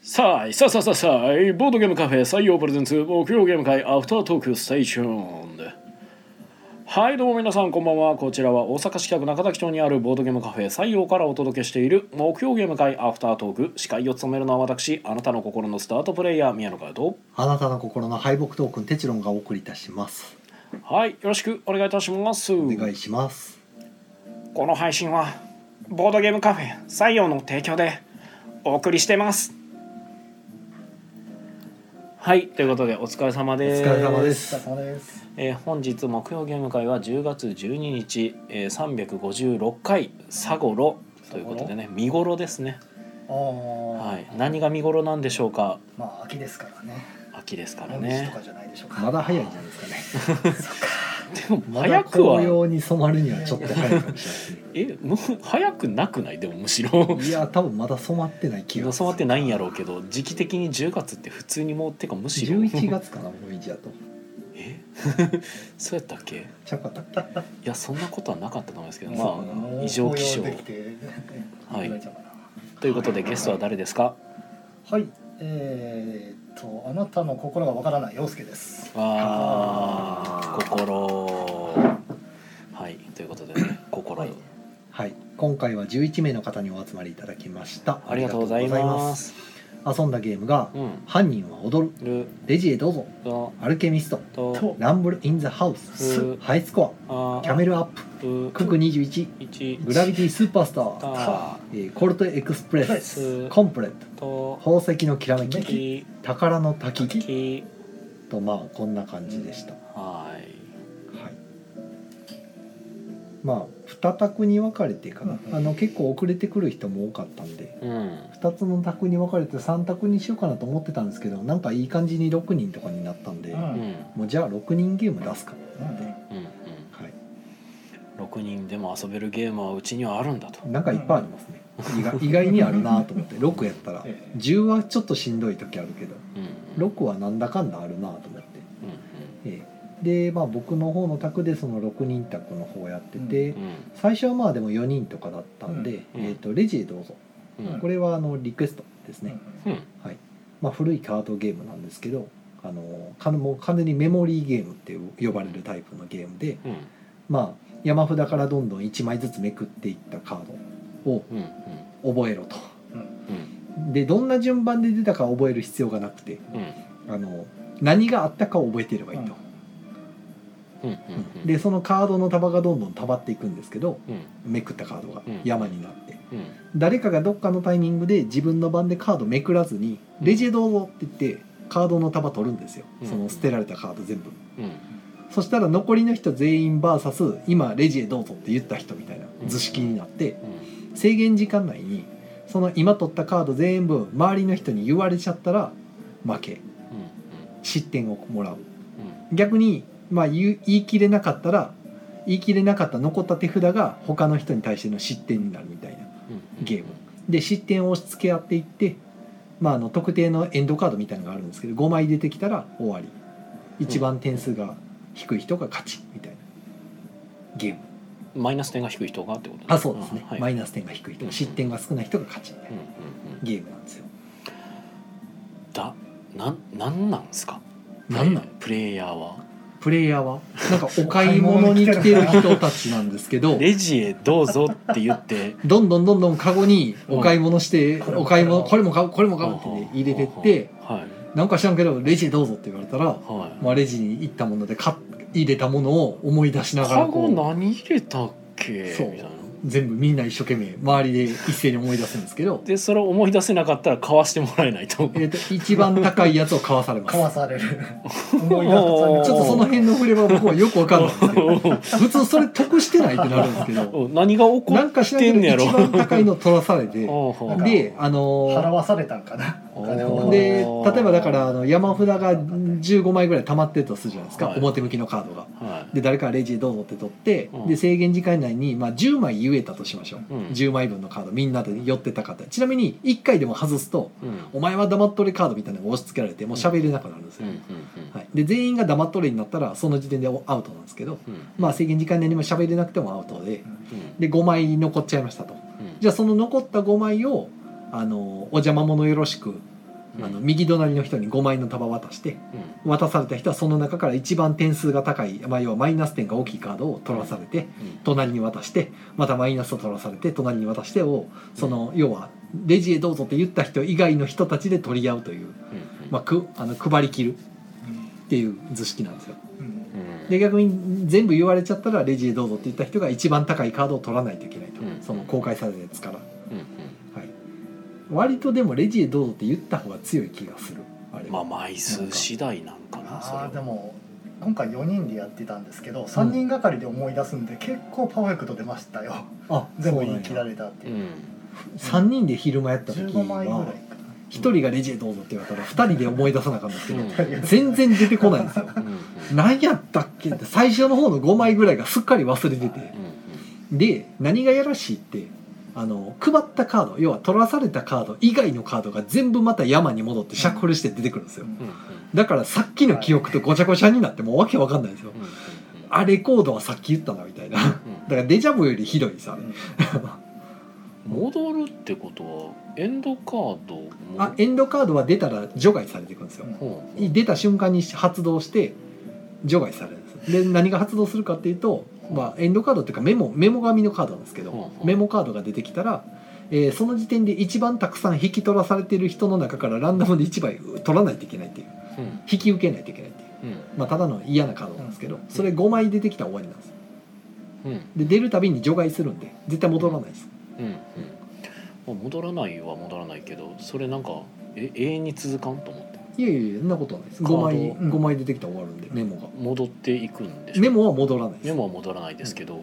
さあ、さあさあさあさあ、ボードゲームカフェ採用プレゼンツ、木曜ゲーム会アフタートークステーション。はい、どうも皆さん、こんばんは。こちらは大阪市北区中崎町にあるボードゲームカフェ採用からお届けしている木曜ゲーム会アフタートーク。司会を務めるのは私、あなたの心のスタートプレイヤー、宮野和人。あなたの心の敗北トークンテチロンがお送りいたします。はい、よろしくお願いいたします。お願いします。この配信は、ボードゲームカフェ採用の提供でお送りしてます。はい、ということで、お疲れ様おです。疲れ様です。えー本日木曜ゲーム会は10月12日、えー、356回「さごろ」ということでね見頃ですね、ああ、はい、何が見頃なんでしょうかまあ秋ですからね。秋ですから紅葉ねとかじゃないでしょうか。まだ早いんじゃないですかね。でもま早だく紅は葉に染まるにはちょっと早いかもしえもう早くなくないでもむしろ れない。いや多分まだ染まってない気がす染る。まってないんやろうけど時期的に10月って普通にもうてかむしろ11月かなもういいじゃと。え そうやったっけいちゃうかったっけ。やそんなことはなかったと思いますけどそうまだあなもう異常気象紅葉できてはい ぐらちゃうかなということでゲストは誰ですかはい。えー、っとあなたの心がわからない陽介です。あああー心はいということでね心、はいはい。今回は11名の方にお集まりいただきました。ありがとうございます遊んだゲームがうん犯人は踊る、ルレジへどうぞ、ドアルケミスト、ととランブルインザハウス、すハイスコあア、キャメルアップ、うクック21、一グラビティスーパースター、たえーコルトエクスプレス、すコンプレット、と宝石のきらめき、き宝の滝きとまあこんな感じでした。ははいい。まあ二択に分かれてかな。うんあの結構遅れてくる人も多かったんで。うん2つの択に分かれて3択にしようかなと思ってたんですけどなんかいい感じに6人とかになったんで、うんうんうんもうじゃあ6人ゲーム出すか、ううんんはい、六人でも遊べるゲームはうちにはあるんだとなんかいっぱいありますね、意外意外にあるなと思って6やったら ええ10はちょっとしんどい時あるけどうんうん6はなんだかんだあるなと思って、うんええでまあ僕の方の卓でその6人卓の方やってて、うん最初はまあでも4人とかだったんで、うんえー、とレジへどうぞうんうんこれはあのリクエストですね、うんまあ、古いカードゲームなんですけどあのかもう完全にメモリーゲームって呼ばれるタイプのゲームで、うんまあ、山札からどんどん1枚ずつめくっていったカードをうん覚えろと。うんうんでどんな順番で出たか覚える必要がなくてうんあの何があったかを覚えてればいいと、うんうんでそのカードの束がどんどん溜まっていくんですけどうんめくったカードがうん山になって、うん誰かがどっかのタイミングで自分の番でカードめくらずに「レジェどうぞ」って言ってカードの束取るんですよ、うんその捨てられたカード全部うんそしたら残りの人全員 VS 今レジへどうぞって言った人みたいな図式になってうん制限時間内にその今取ったカード全部周りの人に言われちゃったら負け失点をもらう逆に、まあ、言う言い切れなかったら言い切れなかった残った手札が他の人に対しての失点になるみたいなゲームで失点を押し付け合っていって、まあ、あの特定のエンドカードみたいなのがあるんですけど5枚出てきたら終わり一番点数が低い人が勝ちみたいなゲームマイナス点が低い人がってことねあそうですね、んはいマイナス点が低い人失点が少ない人が勝ちみたいうんなうんうんゲームなんですよだなんなんなんすかなんなんプレイヤーはプレイヤーはなん かお買い物に来てる人たちなんですけどレジへどうぞって言ってどんどんどんどんカゴにお買い物して、うんお買い物これも買うこれも買うって、ね、入れてってはいなんか知らんけどレジどうぞって言われたらはいまあ、レジに行ったもので買っ入れたものを思い出しながらカこゴう何入れたっけそうみたいな全部みんな一生懸命周りで一斉に思い出すんですけど、でそれを思い出せなかったら買わしてもらえないとえー、と一番高いやつを買わされますかちわょされる。 思い出すとおーっとその辺の触れは僕はよくわかんないんですけど普通それ得してないってなるんですけどお 何が起こなんかっしらんてけんどねやろ一番高いの取らされておうおうなんかであの払ーわされたんかな。お金をおーで例えばだからあの山札が15枚ぐらい溜まってるとするじゃないですか、はい表向きのカードが。はいで誰かレジどうぞって取って、うんで制限時間内に、まあ、10枚言えたとしましょう、うん10枚分のカードみんなで寄ってた方ちなみに1回でも外すとうん「お前は黙っとれカード」みたいなのが押し付けられてもう喋れなくなるんですうよ、んうんはい、で全員が黙っとれになったらその時点でアウトなんですけど、うんまあ、制限時間内にも喋れなくてもアウトでうんで5枚残っちゃいましたとうんじゃあその残った5枚を「あのお邪魔者よろしく」うんあの右隣の人に5枚の束渡して渡された人はその中から一番点数が高い、まあ、要はマイナス点が大きいカードを取らされて隣に渡してまたマイナスを取らされて隣に渡してをその要はレジへどうぞって言った人以外の人たちで取り合うという、まあ、くあの配りきるっていう図式なんですよ。うんで逆に全部言われちゃったらレジへどうぞって言った人が一番高いカードを取らないといけないと、うんその公開されたやつから、はい、割とでもレジへどうぞって言った方が強い気がするあれまあは、枚数次第なんかなそれあはーでも今回4人でやってたんですけど3人がかりで思い出すんで結構パーフェクト出ましたよあ全部そうない言んや切られたってういうん3人で昼間やった時15枚ぐらいは1人がレジへどうぞって言われたら2人で思い出さなあかんですけど、うん全然出てこないんですよ うんうん何やったっけって最初の方の5枚ぐらいがすっかり忘れててで何がやらしいってあの配ったカード要は取らされたカード以外のカードが全部また山に戻ってシャッフルして出てくるんですようんうんだからさっきの記憶とごちゃごちゃになってもうわけわかんないんですようんうんうんあレコードはさっき言ったなみたいなだからデジャブよりひどいさあれ戻るってことはエンドカードもあエンドカードは出たら除外されていくんですよほう出た瞬間に発動して除外されるんですで何が発動するかっていうと、まあ、エンドカードっていうかメモメモ紙のカードなんですけほどうほうメモカードが出てきたら、えーその時点で一番たくさん引き取らされてる人の中からランダムで1枚取らないといけないっていううん引き受けないといけないっていう、うんまあ、ただの嫌なカードなんですけどそれ5枚出てきたら終わりなんですうんで出るたびに除外するんで絶対戻らないですうんうんまあ戻らないは戻らないけどそれなんかえ永遠に続かんと思っていやいやいやそんなことはないですカード5枚うん5枚出てきたら終わるんでメモが戻っていくんでしょメモは戻らないでメすモは戻らないですけどえ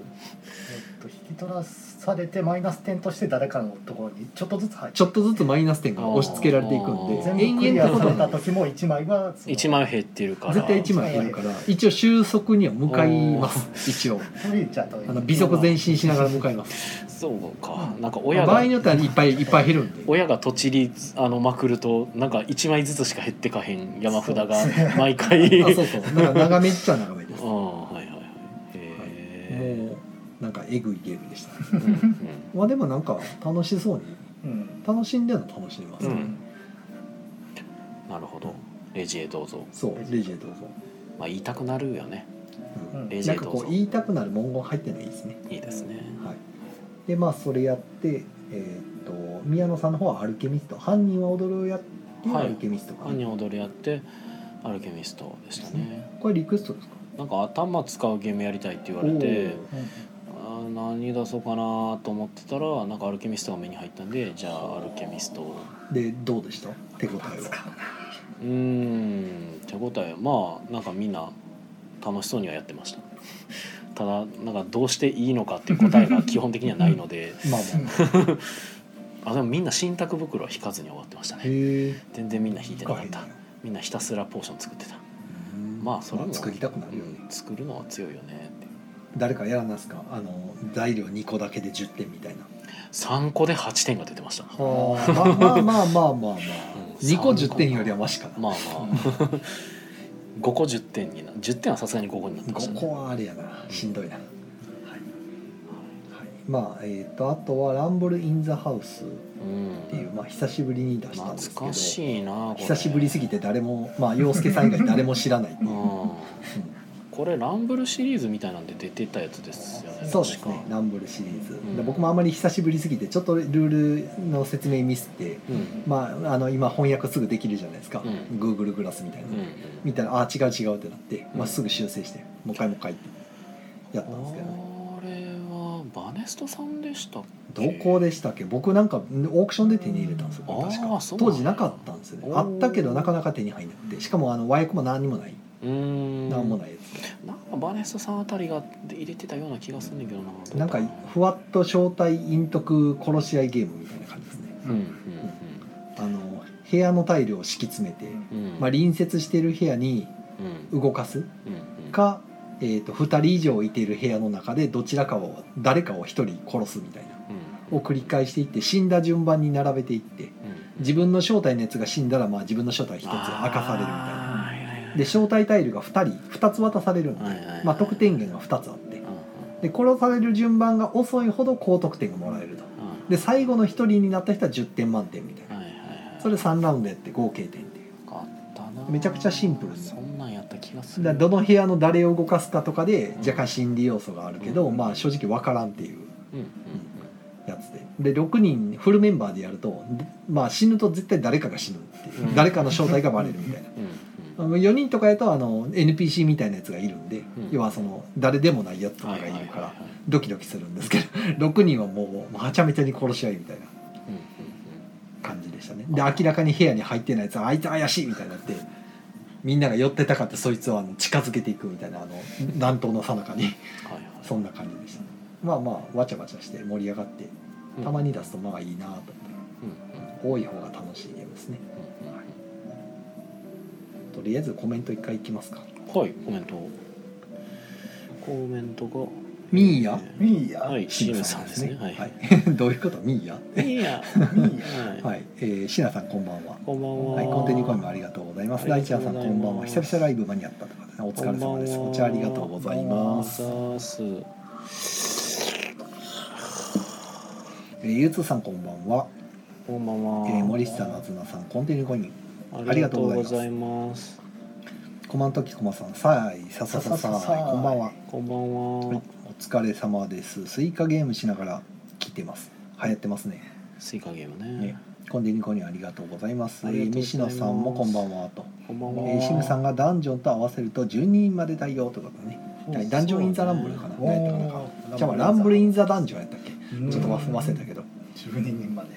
っと引き取らされてマイナス点として誰かのところにちょっとずつ入ってちょっとずつマイナス点が押し付けられていくんあーで全部クリアとさこれとなたいです時も1枚はその1枚減って るから絶対1枚減るから一応収束には向かいます一応取りちゃうとあの微速前進しながら向かい ますそうかうんなんかま親あ場合がによってはいっぱいいっぱい減る んで親が土地りあのまくるとなんか1枚ずつしか減ってかへん山札が そうですね毎回あそうそうだから眺めっちゃ眺めですあもあはいはいはいへうなんかえぐいゲームでした えうんまあでもなんか楽しそうにうん楽しんでるの楽しみます、ううんんうんなるほどレジへどうぞそうレジへどうぞ、まあ言いたくなるよねうんうんレジなへんかどうこぞう言いたくなる文言入ってないですねいいですねはい、でまあそれやって、えーっと宮野さんの方はアルケミスト犯人は踊るをやって、はいアルケミストかな犯人踊りやってアルケミストでしたねこれリクエストですかなんか頭使うゲームやりたいって言われてあー何出そうかなと思ってたらなんかアルケミストが目に入ったんでじゃあアルケミストをおーでどうでした手応えはうーん手応えまあなんかみんな楽しそうにはやってましたただなんかどうしていいのかっていう答えが基本的にはないのでまあまああでもみんな信託袋は引かずに終わってましたねへえ全然みんな引いてなかったみんなひたすらポーション作ってたまあそれも、作りたくなるよね、うん作るのは強いよねって誰かやらないですかあの材料2個だけで10点みたいな3個で8点が出てましたはあまあまあまあまあまあ、うん2個10点よりはマシかな、 まあまあ5個10点にな10点はさすがに5個になってましたこねこはあれやなしんどいな、はいはい、まあえっ、とあとは「ランブル・イン・ザ・ハウス」っていう、まあ、久しぶりに出したんうん、ですけ懐かどしいなこれ久しぶりすぎて誰もまあ洋介さん以外誰も知らないってういんう、これランブルシリーズみたいなんで出てたやつですよねそうです確ねかランブルシリーズ、んで僕もあまり久しぶりすぎてちょっとルールの説明ミスってうんまああの今翻訳すぐできるじゃないですか、うん Google グラスみたいな、うん見たらあ違う違うってなって、うんまあ、すぐ修正してもう一回もう一回ってやったんですけどねこれはバネストさんでしたっどけこでしたっけ僕なんかオークションで手に入れたんですよあー確かそうなん当だ時なかったんですよねおーあったけどなかなか手に入んなくてしかもあの和訳も何にもない、うーん何もないいやつなんかバネストさんあたりが入れてたような気がするんだけどなどうだなんかふわっと招待陰徳殺し合いゲームみたいな感じですねうんうんあの部屋のタイルを敷き詰めて、うんうんまあ、隣接してる部屋にうん動かすうんうんか、えー、と2人以上いてる部屋の中でどちらかを誰かを1人殺すみたいなうんを繰り返していって死んだ順番に並べていって自分の正体のやつが死んだらまあ自分の正体一つ明かされるみたいなあーはいはいはいで招待タイルが2人2つ渡されるんで、はいはいはいまあ、得点源が2つあってうんうんで殺される順番が遅いほど高得点がもらえるとうんで最後の1人になった人は10点満点みたいなはいはいはいそれ3ラウンドやって合計点っていうあったなめちゃくちゃシンプルですそんなんやった気がすだからるどの部屋の誰を動かすかとかで若干心理要素があるけど、うんまあ正直わからんっていううんうんやつでで6人フルメンバーでやると、まあ、死ぬと絶対誰かが死ぬっていう、うん誰かの正体がバレるみたいなうんあの4人とかやとあの NPC みたいなやつがいるんで、うん要はその誰でもないやつとうんかはがいいはいはいるかはらドキドキするんですけど6人はもうもうはちゃめちゃに殺し合いみたいないうんうん感じでしたねで明らかに部屋に入ってないやつあいつ怪しいみたいになってみんなが寄ってたかってそいつをあの近づけていくみたいなあの乱闘の最中にう んはいはいそんな感じでしたねまあまあわちゃわちゃして盛り上がってうんたまに出すとまあいいなと思ってうんうん多い方が楽しいゲームですねうんうんとりあえずコメント一回いきますかはい、コメント。コメントが。ミーヤミーヤ、はい、シムさんですね。は、はいい。どういう ことミーヤミーヤ。ミーヤははい、えー、シナさんこんばんは。い。こんばんは。はい、コンテニコインもありがとうございます。あラりイチがャとーうござさんいますこんばんは。久々ライブ間に合ったとかですね。お疲れ様です。こんばんはお茶ありがとうございます。ざす。えー、ゆうつーさんこんばんは。こんばんえは。ー、森下なずなさん、コンテニコイン。ありがとうございます。コマントキコマさん、さあい、さささささささあい、こんばんは。こんばんは。、はいお疲れ様です。スイカゲームしながら聞いてます。流行ってますね。スイカゲームねね。コンテニコインありがとうございます。えありがとー、うございます西野さんもこんばんはと。こんばえんー、は。シムさんがダンジョンと合わせると12人まで対応とかだね。はいダンジョン・イン・ザ・ランブルかな。お何やったかなーじゃあまあランブルインザダンジョンやったっけちうんょっと忘れたけど12人まで、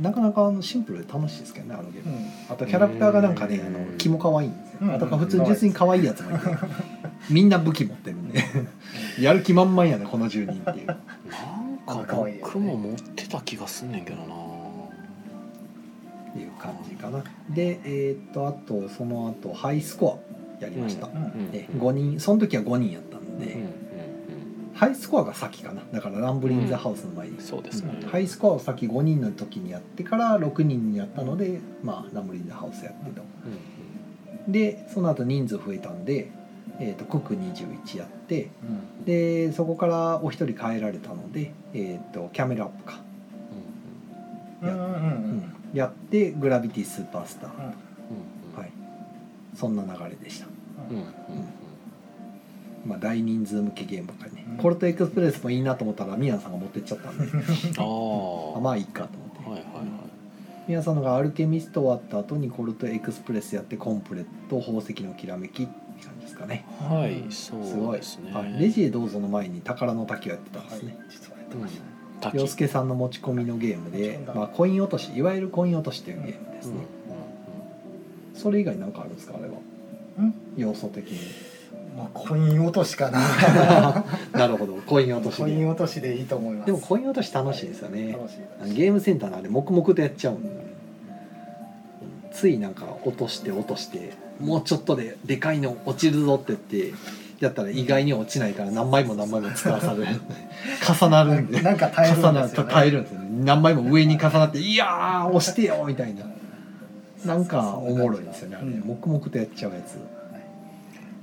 なかなかあのシンプルで楽しいですけどねあのゲームうあとキャラクターがなんかねうあんの気も可愛いんですうんよあと普通に純粋に可愛いやつもいてみんな武器持ってるんで やる気満々やねこの10人っていうなんあ可愛いかよね僕も持ってた気がすんねんけどな。いう感じかなでえーっとあとその後ハイスコアやりましたうんうんで5人その時は5人やったんうんうんでハイスコアが先かなだからランブルインザハウスの前にうん。そうですね。ハイスコアを先5人の時にやってから6人にやったのでまあランブルインザハウスやってとうんでその後人数増えたんで、えー、とクック21やってうんでそこからお一人変えられたので、えー、とキャメルアップか、うんうんうう、んん、やってグラビティスーパースター、うんはい、そんな流れでした、うんうんまあ、大人数向けゲームばっかりね、うんポルトエクスプレスもいいなと思ったらミヤンさんが持ってっちゃ ったんであーあまあいいかと思って、はいはいはい。ミヤンさんのがアルケミスト終わった後にコルトエクスプレスやってコンプレット宝石のきらめきって感じですかねはい、すそうごいですね。はい、レジへどうぞの前に宝の滝をやってたんはでいすね、実はやってましたね、滝洋介さんの持ち込みのゲームで持ち込ん、だまあ、コイン落としいわゆるコイン落としというゲームでうすんうんね、それ以外なんかあるんですかあれはん要素的にまあコイン落としかな なるほどコイン落としコインで落としでいいと思いますでもコイン落とし楽しいですよね楽しいゲームセンターのあれ黙々とやっちゃうんでねついなんか落として落としてもうちょっとででかいの落ちるぞって言ってやったら意外に落ちないから何枚も何枚も使わされる 重なるんでなんか耐える重んなるですよ、とね、耐えるんですよね何枚も上に重なって「いやー押してよ」みたいななんかおもろいですよねあれうん黙々とやっちゃうやつ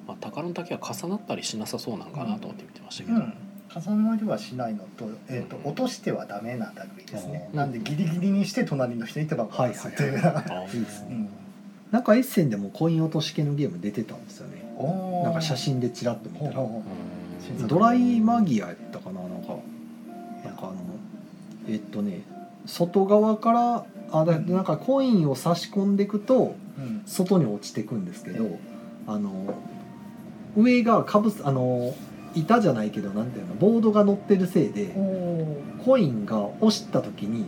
まあ、宝の滝は重なったりしなさそうなんかなと思って見てましたけうど。ん重なりはしないのと,、えー、と落としてはダメな類ですね、なんでギリギリにして隣の人に手箱を出すっていう、はあいいです うねん、なんかエッセンでもコイン落とし系のゲーム出てたんですよねおーなんか写真でチラッと見ほうたほうらほうんうドライマギアやったかななんかなんかあのえっとね外側からあだなんかコインを差し込んでいくとううん外に落ちてくんですけえどあの上がかぶすあの板じゃないけどなんていうのボードが乗ってるせいでおコインが押した時に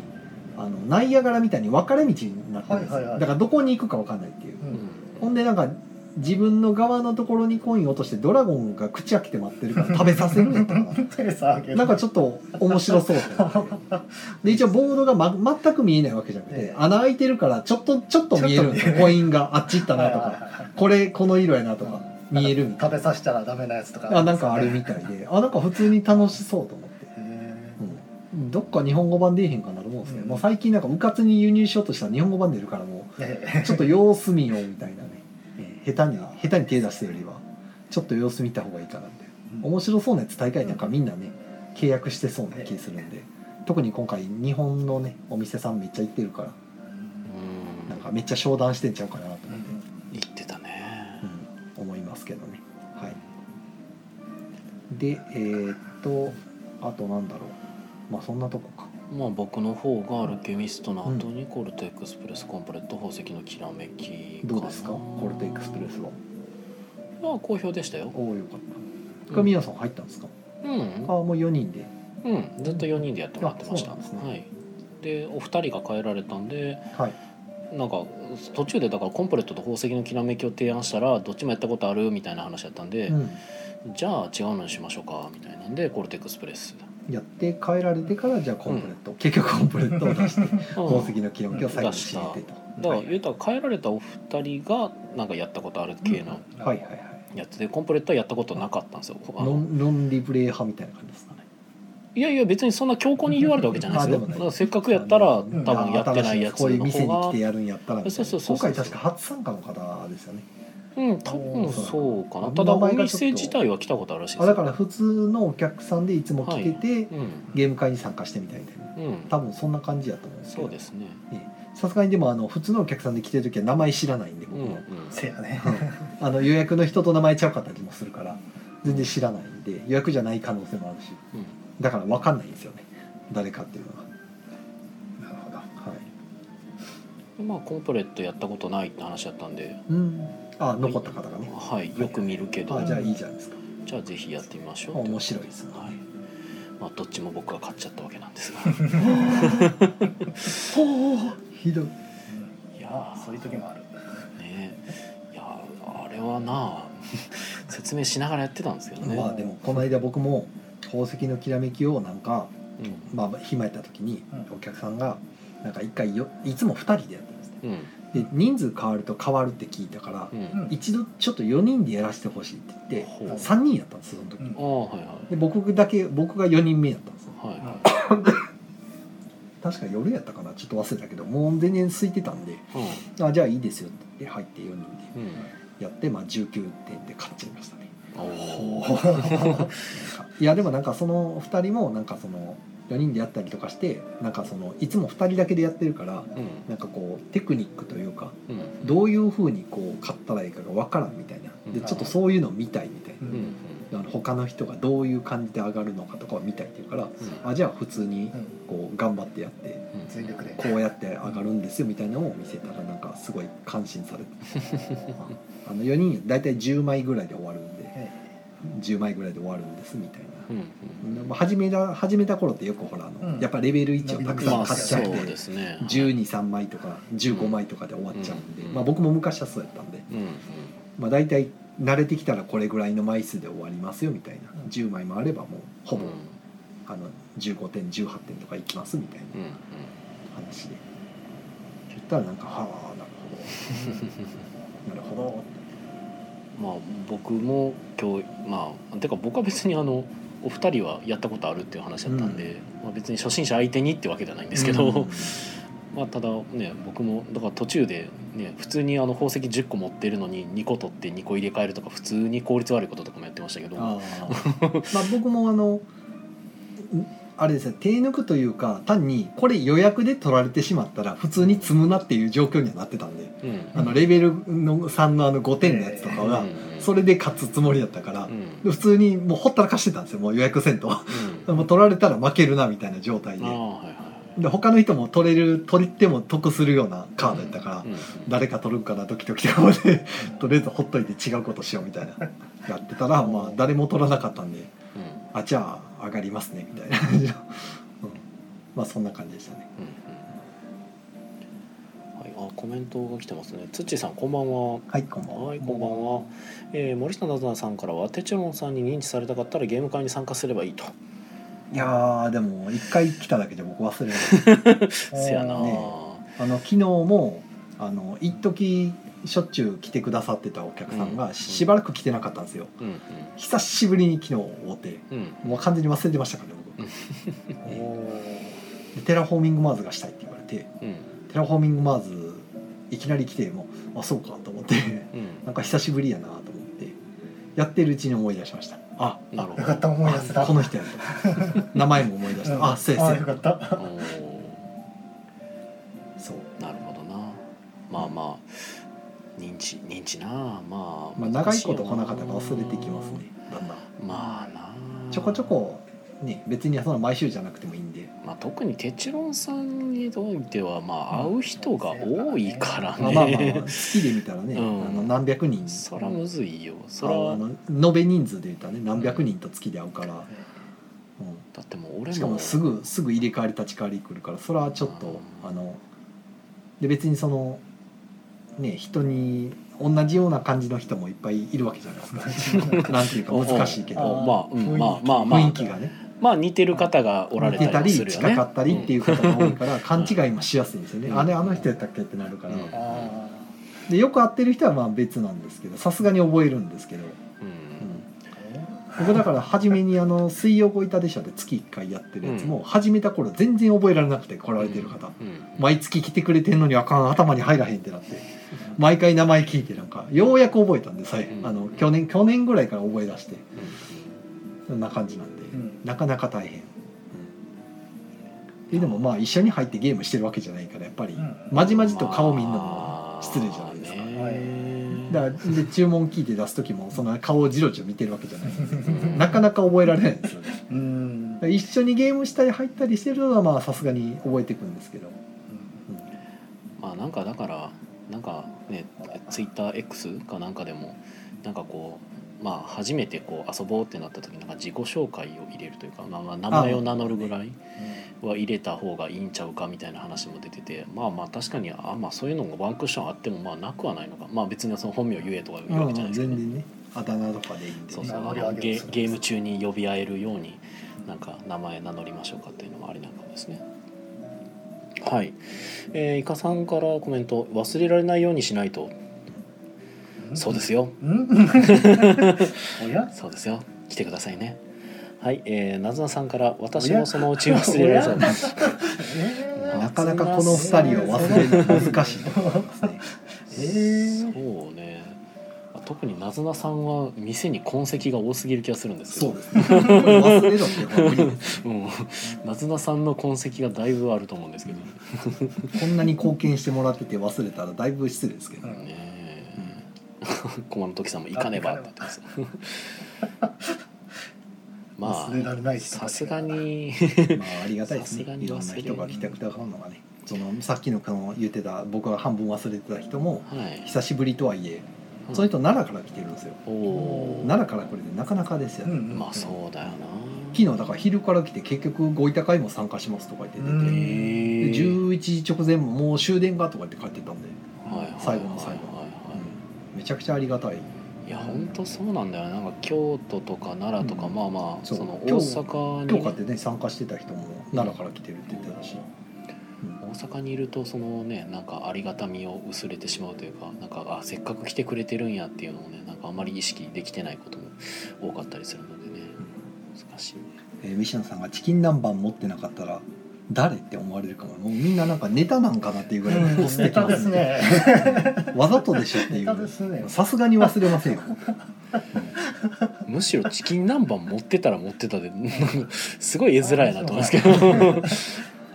あのナイアガラみたいに分かれ道になってるんですよ、はいはいはいだからどこに行くか分かんないっていう、ううんほんでなんか自分の側のところにコインを落としてドラゴンが口開けて待ってるから食べさせるんやったかな手さあげる なんかちょっと面白そうってなってで一応ボードが、ま、全く見えないわけじゃなくて、ええ穴開いてるからちょっとちょっと見えるんですちょっよと見えるコインがあっち行ったはいなはいとはいかこれこの色やなとか見えるみたい食べなさせたらダメなやつとかあなんかあるみたいであなんか普通に楽しそうと思って、へーうん、どっか日本語版出えへんかなと思うんですけど、うんもう最近なんかうかつに輸入しようとしたら日本語版出るからもうえちょっと様子見ようみたいなねえー下手に下手に手出してよりはちょっと様子見た方がいいかなってー面白そうなやつ大会なんかみんなね契約してそうな気するんで特に今回日本のねお店さんめっちゃ行ってるからうんかめっちゃ商談してんちゃうかなと思って、言ってたねうん、思いますけどねはいでえーっとあとなんだろうまあそんなとこかまあ僕の方がアルケミストの後にコルトエクスプレスコンプレット宝石のきらめきどうですかコルトエクスプレスはスああ好評でしたよおおよかった深宮さん入ったんですか、うんああもう4人でうん、ずっと4人でやってもらってました、あそうなんですねはい、でお二人が帰られたんではいなんか途中でだからコンプレットと宝石のきらめきを提案したらどっちもやったことあるみたいな話だったんで、うんじゃあ違うのにしましょうかみたいなんでコルテックスプレス、やって帰られてからじゃあコンプレット、結局コンプレットを 出して宝石の記録を最後に知ってだと、からはい言うたら帰られたお二人がなんかやったことある系のはいはいはいやつでコンプレットはやったことなかったんですよあノのンノンリプレイ派みたいな感じですかねいやいや別にそんな強硬に言われたわけじゃないですあよでもねだからせっかくやったら多ん分やってないやつこういうの店に来方がてやるんやったらみたいなそうそうそうそう今回確か初参加の方ですよねうん多分そうかなおーただ名お前がちょっと店自体は来たことあるらしいであすよだから普通のお客さんでいつも来てて、うんゲーム会に参加してみたいなうん多分そんな感じやと思うんですけそどうですねさすがにでもあの普通のお客さんで来てる時は名前知らないんでう僕んうんも、せやねあの予約の人と名前ちゃうかったりもするから全然知らないんで予約じゃない可能性もあるしうんだから分かんないんですよね誰かっていうのなるほどははいまあコンプレットやったことないって話だったんで、うんあ残った方がねはい、よく見るけど、あじゃあいいじゃないですかじゃあぜひやってみましょう面白いですねはいまあ、どっちも僕が買っちゃったわけなん ですがひどいいや まあそういうー時もあるねいやーあ れはな説明しながらやってたんですけどね、まあでもこの間僕も宝石のきらめきをなんかうんまあ暇やった時にうんお客さんがなんか一回よいつも2人でやってますねうんで人数変わると変わるって聞いたからうんうん一度ちょっと4人でやらせてほしいって言ってほう3人やったんですその時うんああはいはで僕だけ僕が4人目やったんですよいはいは確か夜やったかなちょっと忘れたけどもう全然空いてたんでいあじゃあいいですよって言って入って4人でうん、うんやって、まあ、19点で勝っちゃいましたねおお いやでもなんかその2人もなんかその4人でやったりとかしてなんかそのいつも2人だけでやってるからうんなんかこうテクニックというかうんどういうふうにこう勝ったらいいかがわからんみたいなでちょっとそういうの見たいみたいうんうんうんなあの他の人がどういう感じで上がるのかとかを見たいっていうからうんあじゃあ普通にうんこう頑張ってやってうん全力でこうやって上がるんですよみたいなのを見せたらなんかすごい感心されて あの4人大体10枚ぐらいで終わるんでえ10枚ぐらいで終わるんですみたいな。うんうんまあ始めた始めた頃ってよくほらあの、うんやっぱレベル1をたくさまんあ買っちゃそっうて、ですね123枚とか15枚とかで終わっちゃうんで、うんまあ、僕も昔はそうやったんで、うんうんまあ、大体慣れてきたらこれぐらいの枚数で終わりますよみたいな、うん10枚もあればもうほぼ、うんあの15点18点とかいきますみたいうんうんな話で言ったらなんかはあなるほどなるほまあ僕も今日まあてか僕は別にあのお二人はやったことあるっていう話だったんで、まあ、別に初心者相手にってわけじゃないんどですけど、うんまあただね僕もだから途中で、ね、普通にあの宝石10個持ってるのに2個取って2個入れ替えるとか普通に効率悪いこととかもやってましたけどあー まあ僕もあのんあれですね手抜くというか単にこれ予約で取られてしまったら普通に積むなっていう状況にはなってたんでうんあのレベルの3のあの5点のやつとかうんはそれで勝つつもりだったからうん普通にもうほったらかしてたんですよもう予約せんとうんもう取られたら負けるなみたいな状あ態あではいはで他の人も取れる取っても得するようなカードやったかい、らうん誰か取るんかなドキドキとかでえとりあえずほっといて違うことしようみたいなやって たらまあ誰も取らなかったんでうんうんあじゃあ上がりますねみたいな 感じの、うん、まあそんな感じでしたねはい、あコメントが来てますね。つっちーさんこんばんは。はいこんばんははいこんばんは。えー、森下なずなさんからはテチロンさんに認知されたかったらゲーム会に参加すればいいと。いやーでも一回来ただけじゃ 僕忘れないせやなあ。ねあの昨日もあの一時しょっちゅう来てくださってたお客さんうんがしばらく来てなかったんですようん久しぶりに昨日会ってうんうんもう完全に忘れてましたからねう僕おーでテラフォーミングマーズがしたいって言われてうんテラフォーミングマーズいきなり来てもうあそうかと思ってなんか久しぶりやなと思ってやってるうちに思い出しましたあうん。なるほよかっど。た思い出せたこの人やと名前も思い出しうん たあそうやそうよかやったおーそうなるほどな。まあまあ認知認知なまあまあ、長いこと来なかったから忘れてきますねだんだんまあなちょこちょこね別にその毎週じゃなくてもいいんでまあ、特にテチロンさんにおいては、まあ、会う人が多いからまあまあまあね。好きで見たらね、うんあの何百人そらむずいよ。そあのあら、の延べ人数で言ったらね何百人と月で会うから、う、だってもうん俺しかももすぐすぐ入れ替わり立ち替わり来るからそれはちょっとうんあので別にそのね人に同じような感じの人もいっぱいいるわけじゃないで すかなんていうか難しいけおうおうどまあうんまあまあまあ雰囲気がねまあ似てる方がおられ似てたたりりもするよね。。近かったりっていうう方が多いから勘違いもしやすいんですよねうんあれあの人やったっけってなるからうんあでよく会ってる人はまあ別なんですけどさすがに覚えるんですけど、うん僕だから初めにあの「水曜ごいたでしょ」で月1回やってるやつも始めた頃全然覚えられなくて来られてる方うんうん毎月来てくれてんのにあかん頭に入らへんってなって毎回名前聞いてなんかようやく覚えたんで最うん後あの去年去年ぐらいから覚え出してそんな感じなんで、んなかなか大変、ででもまあ一緒に入ってゲームしてるわけじゃないからやっぱりうんまじまじと顔見んのも失礼じゃないですか、まあはいねだからで注文聞いて出す時もその顔をじろじろ見てるわけじゃないうん なかなか覚えられないんですよねうんうん一緒にゲームしたり入ったりしてるのはまあさすがに覚えていくんですけど、うんまあなんかだからなんかねツイッター X かなんかでもなんかこうまあ初めてこう遊ぼうってなった時なんか自己紹介を入れるというか、まあ、まあ名前を名乗るぐらいは入れた方がいいんちゃうかみたいな話も出ててまあまあ確かにあ、まあ、そういうのがワンクッションあってもまあなくはないのかまあ別にその本名言えとかいうわけじゃない全ですけど、ね然ねあだ名とかでいいんで、ね、そうそう名あ乗り上のげゲをする。ゲーム中に呼び合えるようになんか名前名乗りましょうかっていうのもありなのかもですねはいえー、イカさんからコメント「忘れられないようにしないと」そうですすようんおやそうですよ来てくださいねはいえー、なずなさんから「私もそのうち忘れ られそうお」やえなかなかこの二人を忘れるの難しいところですねー、えーそうね特になずなさんは店に痕跡が多すぎる気がするんですけそどうですね 忘れろってのは無理ですうん、なずなさんの痕跡がだいぶあると思うんですけど、こんなに貢献してもらってて忘れたらだいぶ失礼ですけど、うんねえ駒の時さんも行かねばって言ってますま忘れられないあ人さたちすが。にまあありがたいですさねすがにいろんな人が来てくださるのがねそのさっきのこの言ってた僕が半分忘れてた人もはい久しぶりとはいえその人奈良から来てるんですよおおー奈良から来れてなかなかですよね、んまあそうだよな昨日だから昼から来て結局ご委託会も参加しますとか言って出て、うんでへえ11時直前ももう終電がとか言って帰ってたんで、はいはいはいはい最後の最後うんめちゃくちゃありがたいいや本当そうなんだよなんか京都とか奈良とか、うんまあまあそそうの大京阪今に日かってね参加してた人も奈良から来てるって言ってたし、うん大阪にいるとそのねなんかありがたみを薄れてしまうというかなんかあせっかく来てくれてるんやっていうのをねなんかあまり意識できてないことも多かったりするのでね難しいねえー、西野さんがチキン南蛮持ってなかったら誰って思われるかももうみんななんかネタなんかなっていうぐらいのうコんスネてきタまですすねね。わざとでしょっていネタでうすね。さすがに忘れませんよむしろチキン南蛮持ってたら持ってたで すごい絵面やなと思いますけど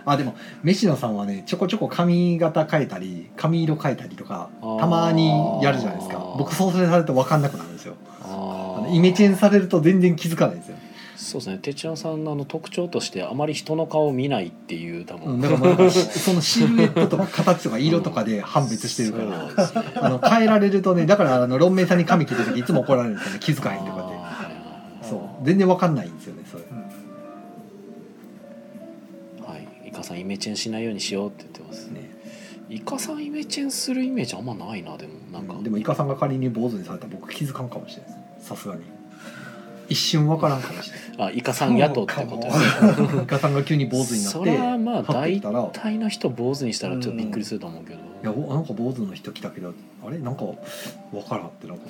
あでも飯野さんはねちょこちょこ髪型変えたり髪色変えたりとかたまにやるじゃないですかあー僕そうされると分かんなくなるんですよああのーイメチェンされると全然気づかないですよ、そうですね哲郎さんのあの特徴としてあまり人の顔を見ないっていう多う分ん、だからな んかしそのシルエットとか形とか色とかで判別してるから、そうですねあの変えられるとねだからあの論明さんに髪切る時いつも怒られるんですよね気遣いとかであーそう全然わかんないんですよねそれうんーはいイカさんイメチェンしないようにしようって言ってますねイカさんイメチェンするイメージあんまないなでもなんか、でもイカさんが仮に坊主にされたら僕気づかんかもしれないですさすがに一瞬わからんかもしれあイカさん雇ってことですねな いイカさんが急に坊主になってそれはまあパッて大来たら「い体の人坊主にしたらちょっとびっくりすると思うけど、やおなんか坊主の人来たけどあれなんかわからん」ってなんか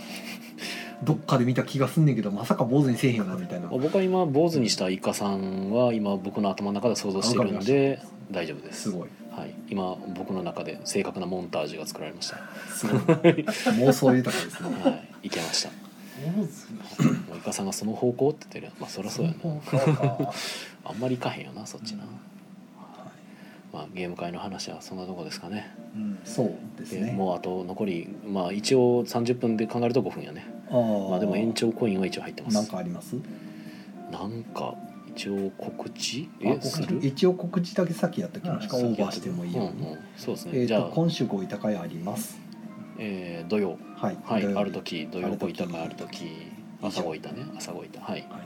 どっかで見た気がすんねんけどまさか坊主にせえへんよなみたいな僕は今坊主にしたイカさんは今僕の頭の中で想像してるんで大丈夫ですすごいはい、今僕の中で正確なモンタージュが作られました、はすごい妄想豊かですね い、いけました坊主の人もうイカさんがその方向って言ってるまあそりゃそうやなそうかあんまりいかへんよなそっちな、まあ、ゲーム会の話はそんなとこですかねうんそうですでねもうあと残り、まあ、一応30分で考えると5分やねあーまあでも延長コインは一応入ってまなんすかありますなんか一応告知あえ告知する一応告知だけ先やってきまし一か応オさっーきやバっーしてもいいよううんにうんそうですね、えっじゃとあ、今週ごいたかいありますえー土曜はいはい土曜日ある時土曜ごいたかああるる時時朝ごいたね朝ごいたはいはい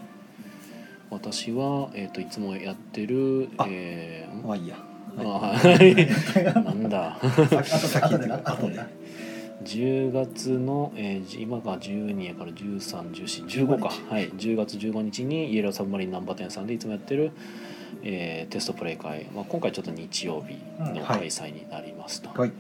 私は、えー、といつもやってるあえーんまあいいやあは はい、なんだいあと先後でな後で10月の、えーじ今が12やから131415か、 15はい、10月15日にイエローサブマリンナンバー店さんでいつもやってる、えーテストプレイ会、まあ、今回ちょっと日曜日の開催になりますと、はいはい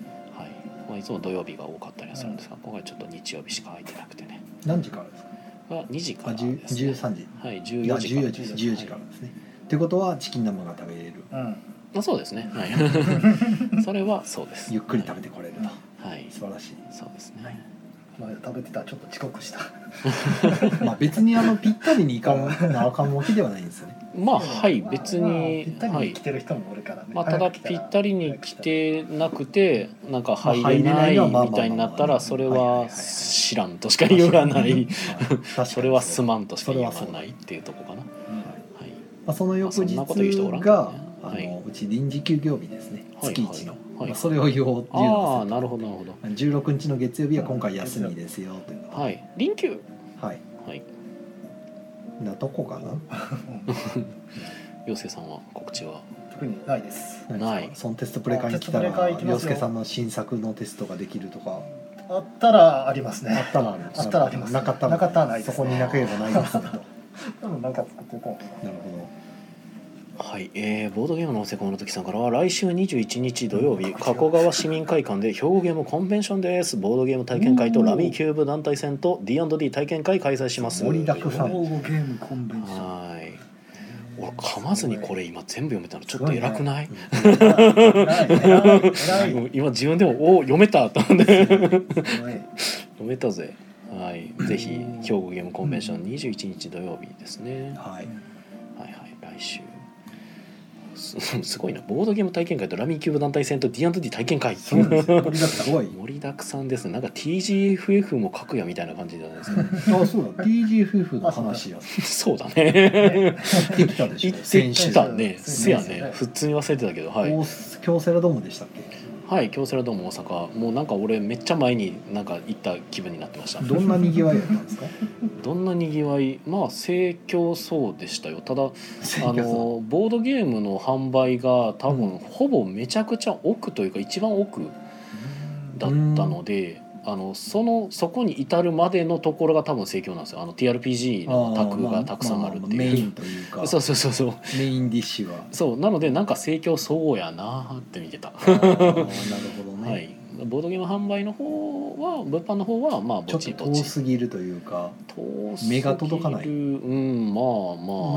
まあ、いつも土曜日が多かったりはするんですが、今回ちょっと日曜日しか空いてなくてね何時からですかが2時あから10です、ね、 13時はいいや14時から14時14時からですねということはチキン生が食べれるうんあそうですねはい それはそうですゆっくり食べてこれるとべはい素晴らしい そうですね、まあ食べてたらちょっと遅刻したまあ別にあのぴったりにいかなあかんわけではないんですよねまあはい別まあにぴったりはにい来てる人もおるからねまあ、ただ早く来ぴったりに来てなくてなんか入まあ入れれなないいのはまあみたいになったまあまあまあらそれはいはいはいははい知らんとしか言わなはい 確かにそれはすまんとしか言わそれはそうだなねいっていうとこかな、はうんい、まあ、その翌日まあそんなこと言う人おらんけがどねあはいのうち臨時休業日ですね、はい月一の、はいはいまあ、それを要うああなるほどなるほど16日の月曜日は今回休みですよというのははい臨休はいはいなとこかな陽介さんは告知は特にないですないんですかそのテストプレイ会に来たあテストプレイ会行らきますよ洋介さんの新作のテストができるとかあったらありますあねったらあるあったらありますなかったらなかったらないですそこになければないですねとなるでもなんか作っていこうほはい、えーボードゲームのおせこの時さんからは来週21日土曜日加古川市民会館で兵庫ゲームコンベンションですボードゲーム体験会とラミーキューブ団体戦と D&D 体験会開催します盛りだくさんゴーゲームコンベンはい俺噛まずにこれ今全部読めたのちょっと偉くない偉い偉いうん今自分でもおー読めたと思ってすごい読めたぜはいぜひうん兵庫ゲームコンベンション21日土曜日ですねどはいはいはい来週す すごいなボードゲーム体験会とラミーキューブ団体戦と D&D 体験会そうなんですよ盛りだくさんすご い盛りだくさんですねなんか TGFF も書くやみたいな感じじゃないです かあそうだ DG 夫婦の話やそうだねできたでし行ょってきたね先せ週や先週ねね普通に忘れてたけどはいお京セラドームでしたっけはい、京セラドーム大阪、もうなんか俺めっちゃ前になんか行った気分になってました。どんなにぎわいやったんですかどんなにぎわい、まあ盛況そうでしたよ。ただ、あ選挙さんのボードゲームの販売が多分、ほぼめちゃくちゃ奥というか一番奥だったので。あのそのそこに至るまでのところが多分盛況なんですよあの TRPG のタクがたくさんあるってまままあメイいンうという かそうそうそうそうメインディッシュはそうなのでなんか盛況そうやなーって見てたあーなるほどね、はい、ボードゲーム販売の方は物販の方はまあちぼょっとちぼ遠ちすぎるというか遠すぎる目が届かないうんまま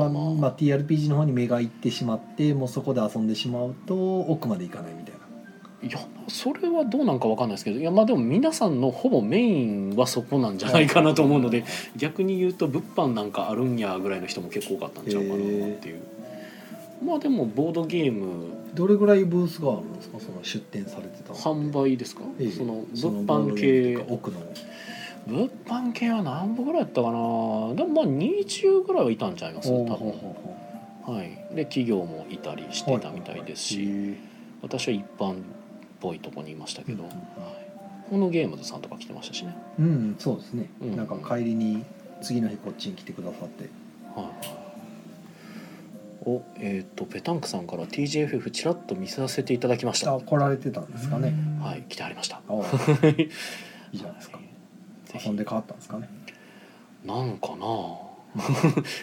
あまああまあ、まあ、TRPG の方に目が行ってしまってもうそこで遊んでしまうと奥まで行かないみたいいやそれはどうなんかわかんないですけどいやまあでも皆さんのほぼメインはそこなんじゃないかなと思うので逆に言うと物販なんかあるんやぐらいの人も結構多かったんちゃうかなっていう、まあでもボードゲームなどれぐらいブースがあるんですかその出展されてたのって販売ですか、ええそのその物販系ボードゲームというか奥の物販系は何本ぐらいやったかなでもまあ20ぐらいはいたんちゃいます多ほう分ほうほはい、で企業もいたりしてたみたいですし、はいはいはいへ私は一般っぽいとこにいましたけど、うんうんうんはい、このゲームズさんとか来てましたしね、ううんそうですね、うんなんか帰りに次の日こっちに来てくださってはいおえっ、とペタンクさんから TJFF ちらっと見させていただきましたあ来られてたんですかねはい来てありましたああ いいじゃないですかぜひ遊んで変わったんですかねなんかなあ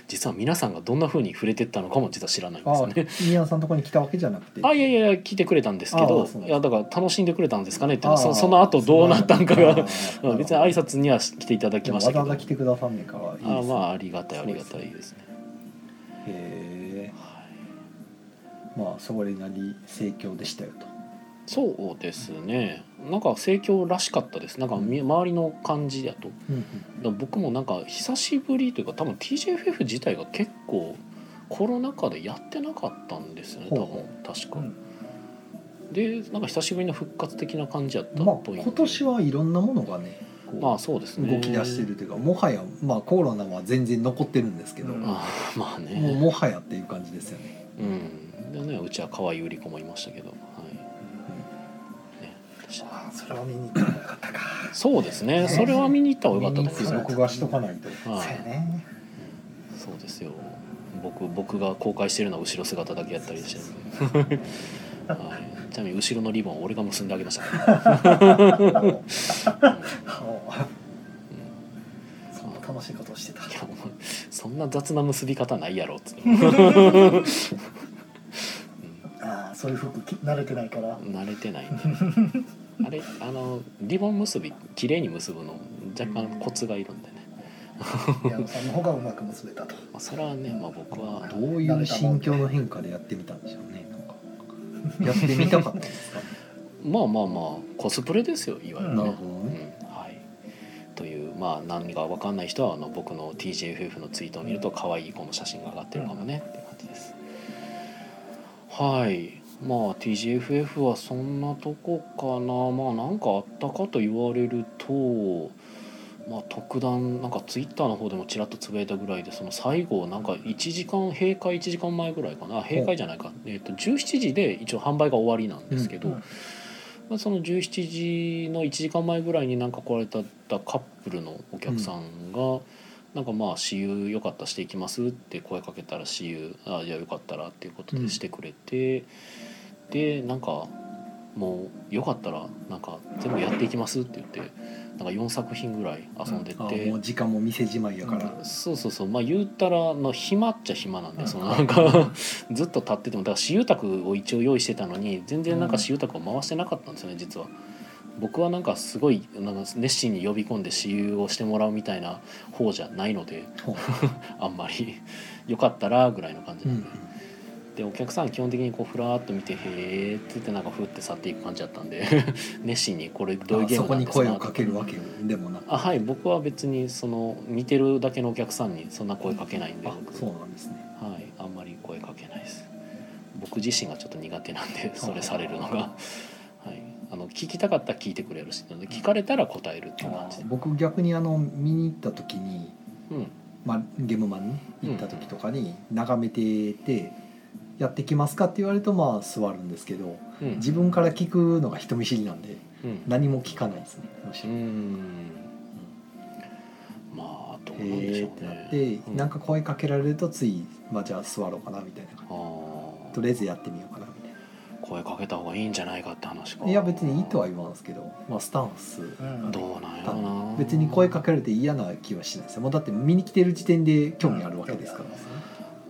実は皆さんがどんな風に触れてったのかも実は知らないんですあよね宮野さんのとこに来たわけじゃなくてあいやいやいや来てくれたんですけああどそうなんですいやだから楽しんでくれたんですかねっていうあのあはそその後どうなったんかああ がああ別に挨拶には来ていただきましたけわどざわざ来てくださんねえからいいですねあまあありがたいありがたいですねへえはいまあそれなり盛況でしたよとそうですねなんか盛況らしかったですなんかみ周りの感じだとだかうんうんら僕もなんか久しぶりというか多分 TJFF 自体が結構コロナ禍でやってなかったんですよねほう多分確か、うんでなんか久しぶりの復活的な感じやったまあっぽいんで、今年はいろんなものがねこうまあそうですね動き出してるというかもはやまあコロナは全然残ってるんですけど、うんもああまあねうもはやっていう感じですよね。うんでねうちは可愛い売り子もいましたけど、はい、私ああそれは見に行った方が良かったかそうですねねそれは見に行った方が良かったと思い見ますに行く録画しとかないと。はそうやい、ねそうですよ僕僕が公開してるのは後ろ姿だけやったりして る、はい、ちなみに後ろのリボンは俺が結んであげました から、うんおーそんな楽しいことをしてたいやお前そんな雑な結び方ないやろっつってああそういう服き慣れてないから慣れて ないねあれあのリボン結び綺麗に結ぶの若干コツがいるんでね、矢野さんの方がうまく結べたとまあ、それはね、まあ、僕はどういう心境の変化でやってみたんでしょうね。なんかやってみたかったんです か。まあまあまあコスプレですよいわゆるなるね、ほどうんね。はいというまあ何が分かんない人はあの僕の TJFF のツイートを見ると可愛い子の写真が上がってるかもねっていう感じですはいまあ TJFF はそんなとこかなまあなんかあったかと言われるとまあ特段なんかツイッターの方でもちらっとつぶやいたぐらいでその最後なんか1時間閉会1時間前ぐらいかな閉会じゃないか、えっと17時で一応販売が終わりなんですけど、うんうんまあ、その17時の1時間前ぐらいになんか来られたカップルのお客さんが、なんかまあ「私有よかったらしていきます」って声かけたら私有「あじゃあよかったら」っていうことでしてくれて、でなんかもう「よかったらなんか全部やっていきます」って言ってなんか4作品ぐらい遊んであて。もう時間も店じまいやから。そうそうそうまあ言うたらの暇っちゃ暇なんで、うんそのなん かずっと立っててもだから私有宅を一応用意してたのに全然なんか私有宅を回してなかったんですよね実は。僕はなんかすごいなんか熱心に呼び込んで私有をしてもらうみたいな方じゃないのでほうあんまりよかったらぐらいの感じうなんんで,、でお客さん基本的にこうふらーっと見て「へえ」って言ってなんかふって去っていく感じだったんで 熱心に「これどういうあゲーそムこなんにですか?」声をかけるわけでもなく。あはい僕は別にその見てるだけのお客さんにそんな声かけないんであ僕そうなんですね。はい、あんまり声かけないです僕自身がちょっと苦手なんでそれされるのが、はい、あの聞きたかったら聞いてくれるしなので聞かれたら答えるっていう感じで、僕逆にあの見に行った時に。うん、まあ、ゲームマンに行った時とかに眺めてて「やってきますか?」って言われるとまあ座るんですけどうん自分から聞くのが人見知りなんでうん何も聞かないですねむしうろ。んまあどうへなんでしーょっうてなねっ、うてなんかか声かけられるとつい「まあじゃあ座ろうかな」みたいな感あじとーりあえずやってみようかなみたい声かけた方がいいんじゃないかって話かないや別にいいとは言わんすけど、まあ、スタンスうんどうなんやろな別に声かけられて嫌な気はしないですよもうだって見に来てる時点で興味あるわけですから、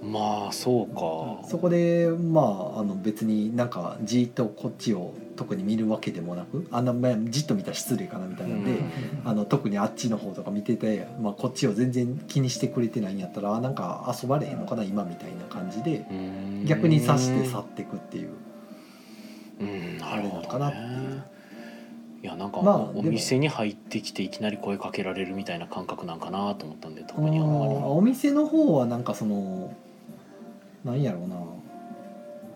まあそうか、そこでまああの別になんかじっとこっちを特に見るわけでもなくあんなまあじっと見たら失礼かなみたいなんで、うんあの特にあっちの方とか見てて、まあ、こっちを全然気にしてくれてないんやったらあなんか遊ばれへんのかな今みたいな感じでうん逆に刺して去ってくっていううん、なるほどあねれな。いやなんかまあおおでも店に入ってきていきなり声かけられるみたいな感覚なんかなと思ったんであ特にあんまりのお店の方はなんかそのなんやろうな、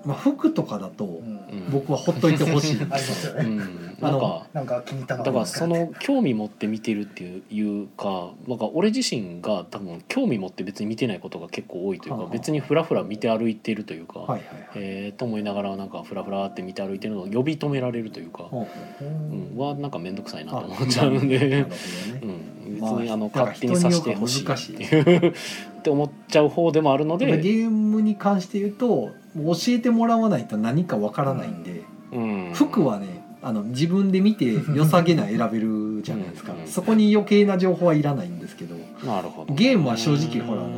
まあ、服とかだとうん僕はほっといて ほしい、ありますようねん、なあんのかなんか気に入っただのからあそりますの興味持って見てるっていういうかなんか俺自身が多分興味持って別に見てないことが結構多いというはかあ別にフラフラ見て歩いてるというか、はいはいはいえーと思いながらなんかフラフラって見て歩いてるのを呼び止められるというか、ほうほうううんん、はなんか面倒くさいなと思っちゃうんでなる。ほどねうん、別まあにあのだから勝手にさしてほしい人にっていう って思っちゃう方でもあるのただで、ゲームに関して言うともう教えてもらわないと何かわからないんで、うん、服はねあの自分 で見て良さげな選べるじゃないですか、うんうんそこに余計な情報はいらないんですけどなるほどゲームは正直ほらあの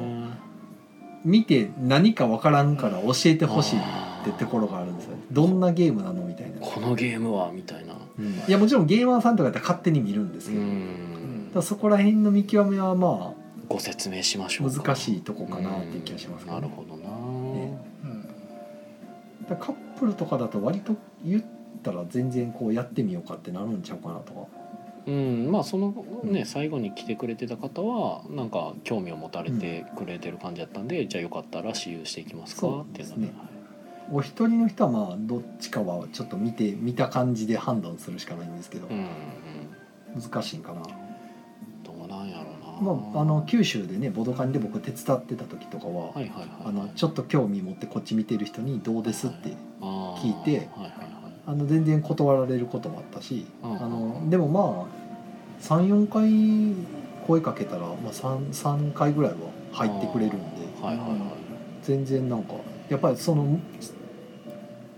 見て何かわからんから教えてほしいってところがあるんですよどんなゲームなのみたいな、このゲームはみたいなうんいやもちろんゲーマーさんとかやって勝手に見るんですうけど、だんからそこら辺の見極めはまあご説明しましょうか難しいとこかなっていう気がしますけうどんねなるほどな、ねうんだからカップルとかだと割と言ったら全然こうやってみようかってなるんちゃうかなとかうんまあそのね最後に来てくれてた方はなんか興味を持たれてくれてる感じだったんで、じゃあよかったら私有していきますかそうっていうのですねはいお一人の人はまあどっちかはちょっと見て見た感じで判断するしかないんですけど、うんうん難しいんかな、どうなんやろうなまあ、あの九州でねボドカンで僕手伝ってた時とかはは、いはいはいあのちょっと興味持ってこっち見てる人に「どうです?」って、あー聞いはいはていはいあの全然断られることもあったし、うんあのでもまあ34回声かけたら、まあ、3, 三回ぐらいは入ってくれるんで、あーはいはいはい全然なんかやっぱりその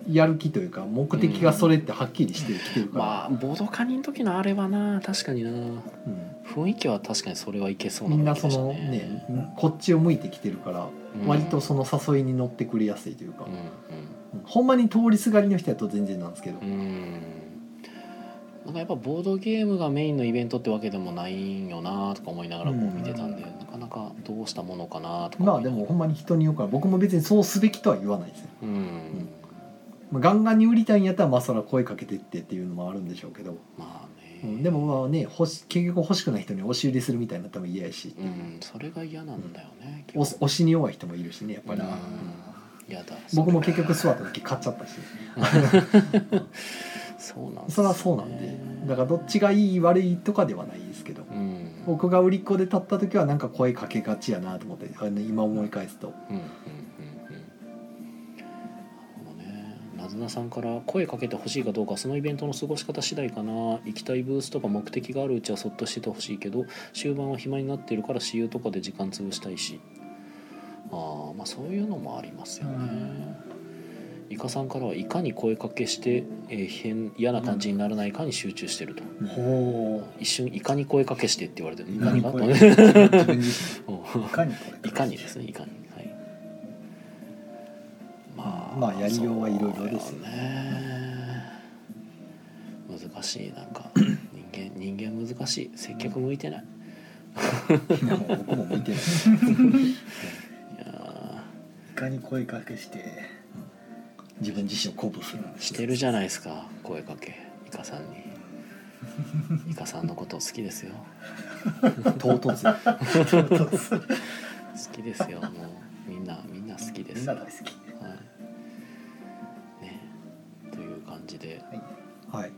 やる気というか目的がそれってはっきりしてきてるから、まあボドカニの時のあれはな確かになうん雰囲気は確かにそれはいけそうなみんな雰囲気そでしたのねこっちを向いてきてるからうん割とその誘いに乗ってくれやすいというかうん、ほんまに通りすがりの人やと全然なんですけど、うんうんなんかやっぱボードゲームがメインのイベントってわけでもないんよなとか思いながらこう見てたんで、なかなかどうしたものかなとかま思あいでながらもほんまに人によるから僕も別にそうすべきとは言わないですようん、まあガンガンに売りたいんやったらまあそら声かけてってっていうのもあるんでしょうけど、まあね、うんでもまあね欲し結局欲しくない人に押し売りするみたいになったら嫌やし、うんそれが嫌なんだよね、押す押しに弱い人もいるしねやっぱり、うん嫌だ僕も結局座った時買っちゃったしそうなんですよねそれはそうなんでだからどっちがいい悪いとかではないですけど、うん僕が売りっ子で立った時はなんか声かけがちやなと思ってあの今思い返すと、うんうんうんうんなるほどねなずなさんから声かけてほしいかどうかそのイベントの過ごし方次第かな行きたいブースとか目的があるうちはそっとしててほしいけど終盤は暇になってるから私有とかで時間潰したいしあーまあそういうのもありますよね。イカさんからはいかに声かけして、えー変嫌な感じにならないかに集中してるとほう一瞬イカに声かけしてって言われてん何何がこれ自分自うん 身いかにこれいかにですねいかにはいままあやりようはいろいろですそうよだね難しいなんか人間人間難しい接客向いてないいやもう僕も向いてないいやいかに声かけして自分自身を鼓舞するーしてるじゃないですか声かけイカさんにイカさんのこと好きですよ唐突好きですよもうみんなみんな好きでみんすなよ大好きはいねという感じではい。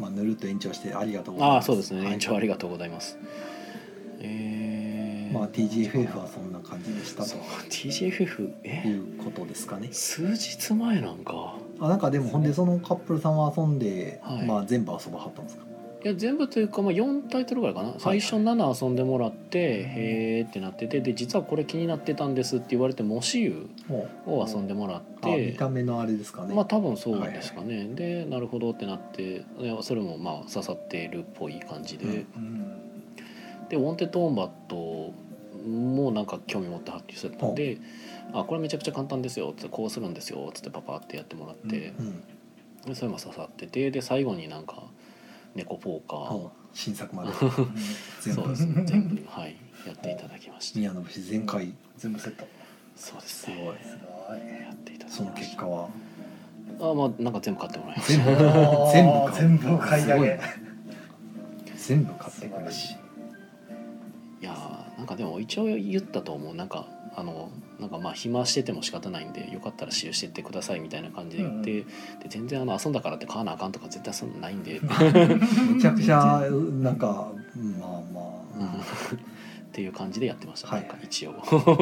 まあ、ぬるっと延長してありがとうございあまあす。そうですね、はい延長ありがとうございますえー、まあ、TGFF はそんな感じでしたそうと TGFF いえうことですかね。数日前なんかあ、なんかでも、ほんで、そのカップルさんは遊んで、はいまあ、全部遊ばはったんですか。いや全部というか、まあ、4タイトルぐらいかな、最初7遊んでもらって「へえ」ってなっててで実はこれ気になってたんですって言われて「もしゆも」を遊んでもらっう、あ、見てた目のあれですかね。まあ多分そうですかね、でなるほどってなっていやそれもまあ刺さってるっぽい感じで、うんうんで「ウォンテッド・オンバット」もなんか興味持って発揮してたんで「あこれめちゃくちゃ簡単ですよ」つって「こうするんですよ」つってパパってやってもらって、うん、でそれも刺さっててで最後になんか猫ポーカーもう新作まで。うん全そう部で。すね全部はいやっていただきました宮野節全開。全部セットそうですすねごい。すごいやっていただきそのまし結た果は。あまあなん か全部買ってもらいまし全部たー。全部買う全部を買い上げすごいな全部買っ素て晴くれらるしいし。いやーなんかでも一応言ったと思うなんかあのなんかまあ暇してても仕方ないんでよかったら使用してってくださいみたいな感じで言って、で全然あの遊んだからって買わなあかんとか絶対そんなないんでめちゃくちゃ、なんか、まあうまんっていう感じでやってました、はいなんか一応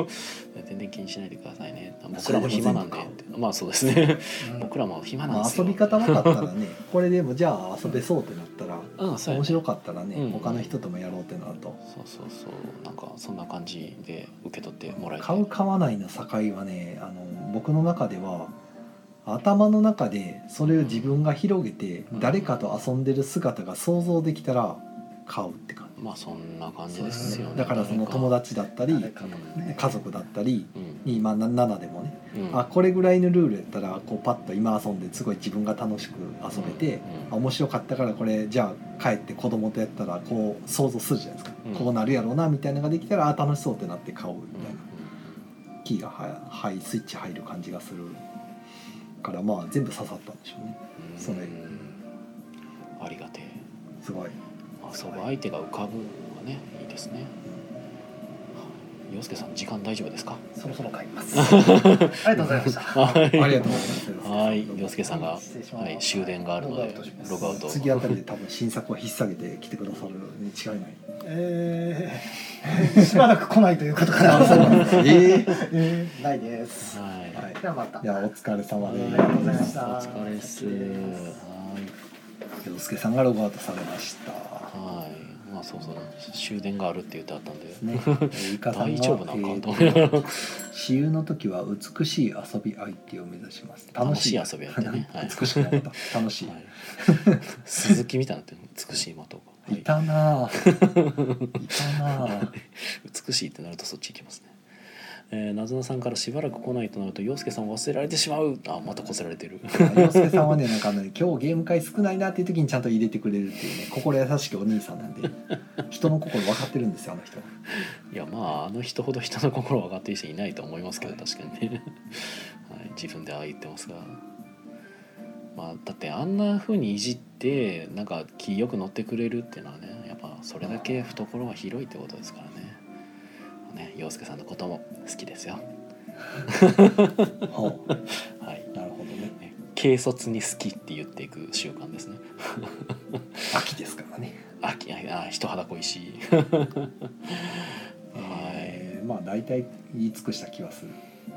全然気にしないでくださいね僕らも暇なんでそれでもまあそうですねうん僕らも暇あ。なんまであ、す遊よ、び方なかった らね、これでも、じゃあ、遊べそうってなったら。うんそうや面ね白かったらね、うん他の人ともやろうってなるとそうそうそうなんかそんな感じで受け取ってもらえて買う買わないの境はねあの僕の中では頭の中でそれを自分が広げてうん誰かと遊んでる姿が想像できたら買うって感じ、まあそんな感じですよねだからその友達だった誰りかとね家族だったりうんに、まあ、な7でもね、うんあこれぐらいのルールやったらこうパッと今遊んですごい自分が楽しく遊べて、あうん面白かったからこれじゃあ帰って子供とやったらこう想像するじゃないですか、うんこうなるやろうなみたいなのができたらあ楽しそうってなって買おうみたいな、うキーがははいスイッチ入る感じがするからまあ全部刺さったんでしょうねんうんそれありがてえすごい遊ぶ相手が浮かぶのがねいいですね、はい洋介さん時間大丈夫ですかそろそろ帰り ます。ありがとうございました。はありいがとうございますはい洋介さんが失礼しますはい、終電があるのログアウでトしますログアウト次あたりで多分新作を引っ提げて来てくださるに違い ないえー、 しばらく来ないということかな。ええ えーないです。はいはい、ではまた。いやお疲れ様あでりりががととううごございまざいまし。したたお疲れです。はい。す洋介さんがログアウトされましたはい。まあそうそう。終電があるって言ってあったんで。 ね、イカさ大んは、丈夫なのかとえーと私有の時は美しい遊び相手を目指します。楽しい遊びやって ね。はい。美しくなっ た。楽しい。、はいい。鈴木みたいになってる美しい的が。はい。たなあ。いたな あ。美しいってなるとそっち行きますね。えー、なずなさんからしばらく来ないとなると陽介さん忘れられてしまうあまたこせられてる洋介さんはね、なんかね、今日ゲーム会少ないなっていう時にちゃんと入れてくれるっていうね、心優しきお兄さんなんで、人の心分かってるんですよ、あの 人は。いやまああの人ほど人の心を上がっている人いないと思いますけど確かにね、 はい、自分でああ言ってますが、まあ、だってあんな風にいじってなんか気よく乗ってくれるっていうのはねやっぱそれだけ懐は広いってことですからねね洋介さんのことも好きですよほうはいなるほどね。ね軽率に好きって言っていく習慣ですね 秋ですからね。あきああ人肌恋しい はいえーまあ大体言い尽くした気はする。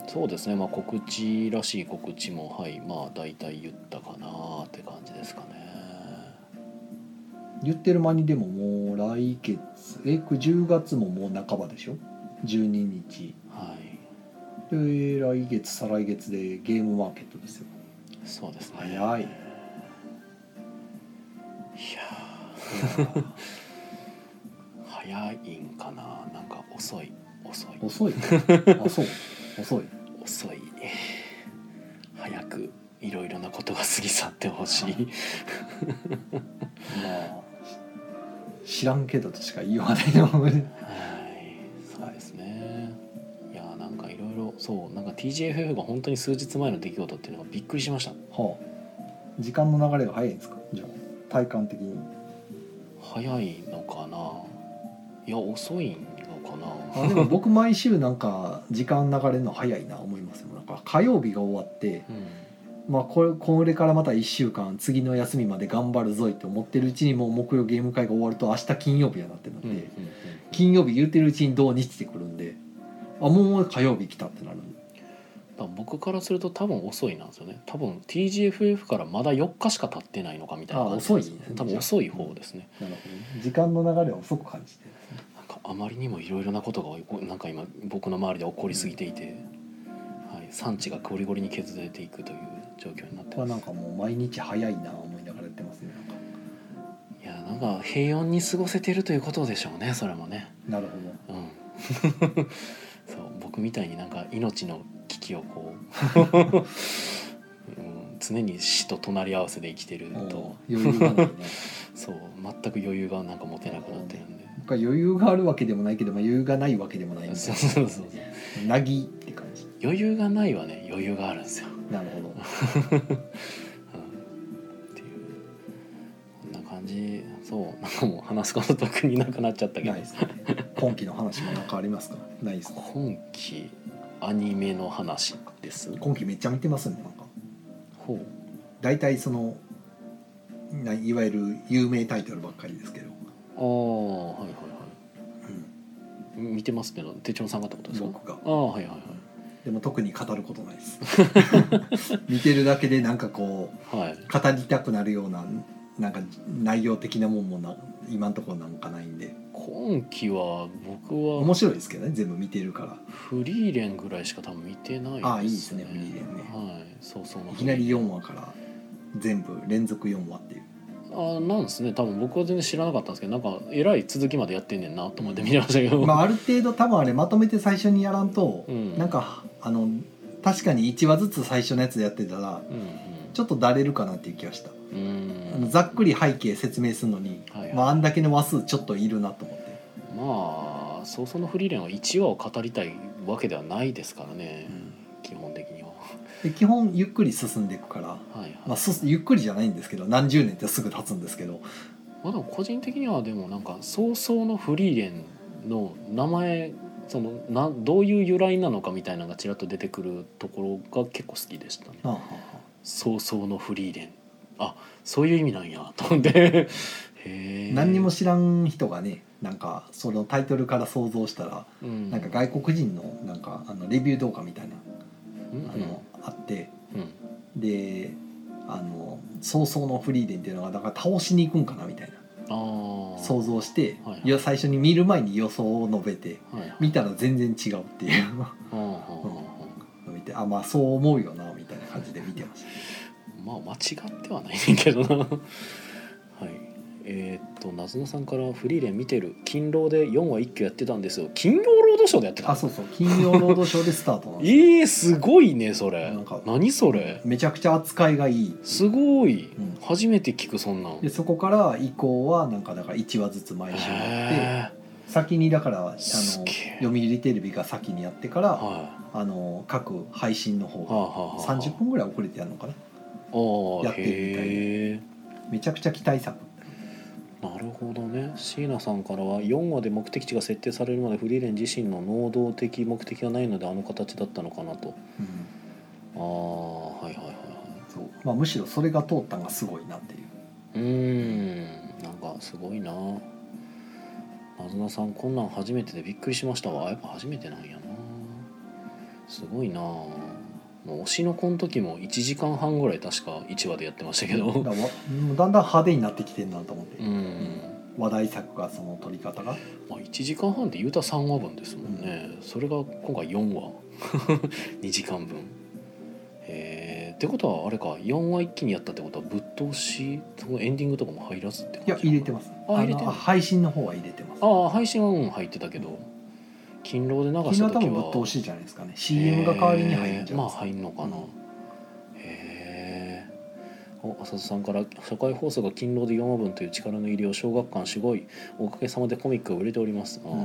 そうですね、まあ、告知らしい告知もはいまあ大体言ったかなって感じですかね言ってる間にでももう来月え10月ももう半ばでしょ12日はいで来月再来月でゲームマーケットですよそうですねいや早いー早いんかななんか遅い遅い遅いあそう遅い遅い 早くいろいろなことが過ぎ去ってほしいまあ知らんけどとしか言いようがないのはいそうですねいやーなんかいろいろそうなんか TJFF が本当に数日前の出来事っていうのがびっくりしました はあ時間の流れが早いんですかじゃあ体感的に早いのかないや遅いのかなあでも僕毎週なんか時間流れるの早いな思いますよなんか火曜日が終わってうんまあ、これこれからまた1週間次の休みまで頑張るぞいって思ってるうちにもう木曜ゲーム会が終わると明日金曜日やなってなって、うんうんうん金曜日言ってるうちに土日ってくるんであもう火曜日来たってなるだから僕からすると多分遅いなんですよね多分 TGFF からまだ4日しか経ってないのかみたいな感じあな遅んいですね多分遅い方ですねなるほど、時間の流れを遅く感じてなんかあまりにもいろいろなことがこなんか今僕の周りで起こりすぎていて、はい、産地がゴリゴリに削れていくという状況になってこれまはなんすかもう毎日早いな思いながらやってますねなんかいやなんか平穏に過ごせてるということでしょうねそれもねなるほうん そう僕みたいになんか命の危機をこ う、うん、常に死と隣り合わせで生きてるど、ともう余裕が ないねそう全く余裕がなんか持てなくなってるんで。僕は余裕があるわけでもないけど、まあ、余裕がないわけでもないみたいそうなそうそうなぎって感じ余裕がないはね余裕があるんですよ、なるほどうん、っていうこんな感じそうなんかもう話すこと特になくなっちゃったけどないですね今期の話も何かありますかないですか今期アニメの話です今期めっちゃ見てますねなんかほう大体そのないわゆる有名タイトルばっかりですけど、ああはいはいはい見てますけど手帳さんがってことですか僕がああはいはいでも特に語ることないです 見てるだけでなんかこうはいはい語りたくなるようななんか内容的なもんもな今んところなんかないんで今期は僕面は白いですけどね全部見てるかフリーレンぐらいしか多分見てないああいいですねフリーレンねはいそうそうらいきなり4話から全部連続4話っていうあなんですね多分僕は全然知らなかったんですけどなんかえらい続きまでやってんねんなと思って見てましたけど、まあ、ある程度多分あれまとめて最初にやらんと、うんなんかあの確かに1話ずつ最初のやつやってたらうんうんちょっとだれるかなっていう気がした、うあーのんざっくり背景説明するのに、はいまあ、あんだけの話数ちょっといるなと思って、まあそうそのフリーレンは1話を語りたいわけではないですからね、基本的にはで基本ゆっくり進んでいくから、はいはいまあ、すゆっくりじゃないんですけど何十年ってすぐ経つんですけどまあ、でも個人的にはでもなんか早々のフリーレンの名前そのなどういう由来なのかみたいなのがちらっと出てくるところが結構好きでしたねあは「早々のフリーレン」あそういう意味なんやと思ってへえ何にも知らん人がねなんかそのタイトルから想像したらうんなんか外国人のなんかあのレビュー動画みたいなうんあのあってうんであの早々のフリーデンっていうのがだから倒しに行くんかなみたいなああ想像してはいはいいや最初に見る前に予想を述べてはいはい見たら全然違うっていうのうんうんうんを見てあまあそう思うよなみたいな感じで見てました。うんまあ間違ってはないねんけどな はいえーっとなずなさんから「フリーレン見てる勤労で4話1挙やってたんですよ勤労労働省でやってたあそうそう金曜ロードショーでスタ ートなんですよええすごいねそれなんか何それめちゃくちゃ扱いがいい、すごい、うん初めて聞くそんなんでそこから以降はなんかだから1話ずつ毎週やってへ先にだからあのす読げえ売テレビが先にやってかえらはあの各配信の方いはあはがあはあ30分ぐらい遅れてやるのかなあやあってるみたいへえめちゃくちゃ期待作なるほどね椎名さんからは4話で目的地が設定されるまでフリーレン自身の能動的目的がないのであの形だったのかなとあうんあはいはいはいはいそうまあむしろそれが通ったんがすごいなっていううーんなんかすごいななずなさんこんなん初めてでびっくりしましたわやっぱ初めてなんやなすごいなもう推しの子の時も1時間半ぐらい確か1話でやってましたけだどからわうんだんだん派手になってきてるなと思っうて、ん話題作がその撮り方がまあ1時間半で言うたら3話分ですもんね、それが今回4話 2時間分えー、ってことはあれか4話一気にやったってことはぶっ通しそのエンディングとかも入らずって感いじなのかなや入れてますあ入れてんのの配信の方は入れてますああ配信はうん入ってたけど勤労で流し昨日た多時分はぶっ通しじゃないですかね CM が代わりに入るんじゃへーないまであすか、入んのかな、へえお浅田さんから「社会放送が勤労で4話分という力の入りを小学館すごいおかげさまでコミックが売れております」あーう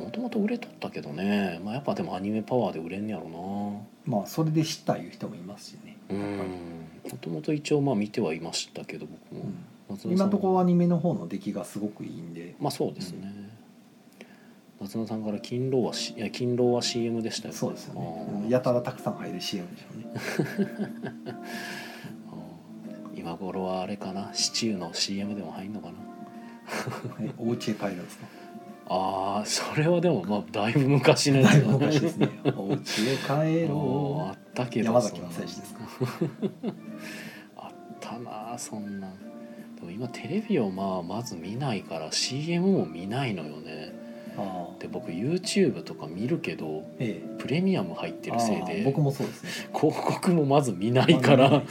んもともと売れとったけどね、まあ、やっぱでもアニメパワーで売れんねやろまあそれで知ったいう人もいますしね、なうんもともと一応まあ見てはいましたけど僕も、うん松野さ今んのところアニメの方の出来がすごくいいんでまあそうですね、夏菜さんから勤労はしいや勤労は CM でしたよそうですよねあーうんやたらたくさん入る CM でしょ うねうん今頃はあれかなシチューの CM でも入んのかなえお家へ帰るんで すかあーそれはでもまあだいぶ昔のやだついだねぶ昔です ねお家へ帰うんあろったうけど山崎雅そんな義ですかあったなあそんなんでも今テレビをまあまず見ないから CM も見ないのよねああで僕 YouTube とか見るけどええプレミアム入ってるせいああで僕広もそうですね告もまず見ないから、あうんの、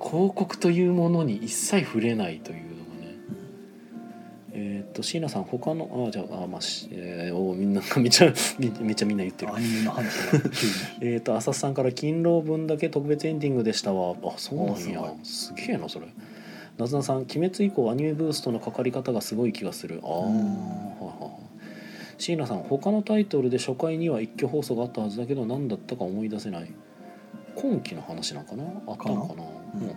広告というものに一切触れないというのがねうんえーっと椎名さん他のあじゃああまあ、しえーおみんな めっちゃみめっちゃみんな言ってるアニメの話が急にえーっと浅瀬さんから「勤労分だけ特別エンディングでしたわ」あそうなあんすごやいすげえなそれなずなさん「鬼滅」以降アニメブーストのかかり方がすごい気がするああはいうんはいはい椎名さん他のタイトルで初回には一挙放送があったはずだけど何だったか思い出せない今期の話なんかなあったのかなかうんうんうん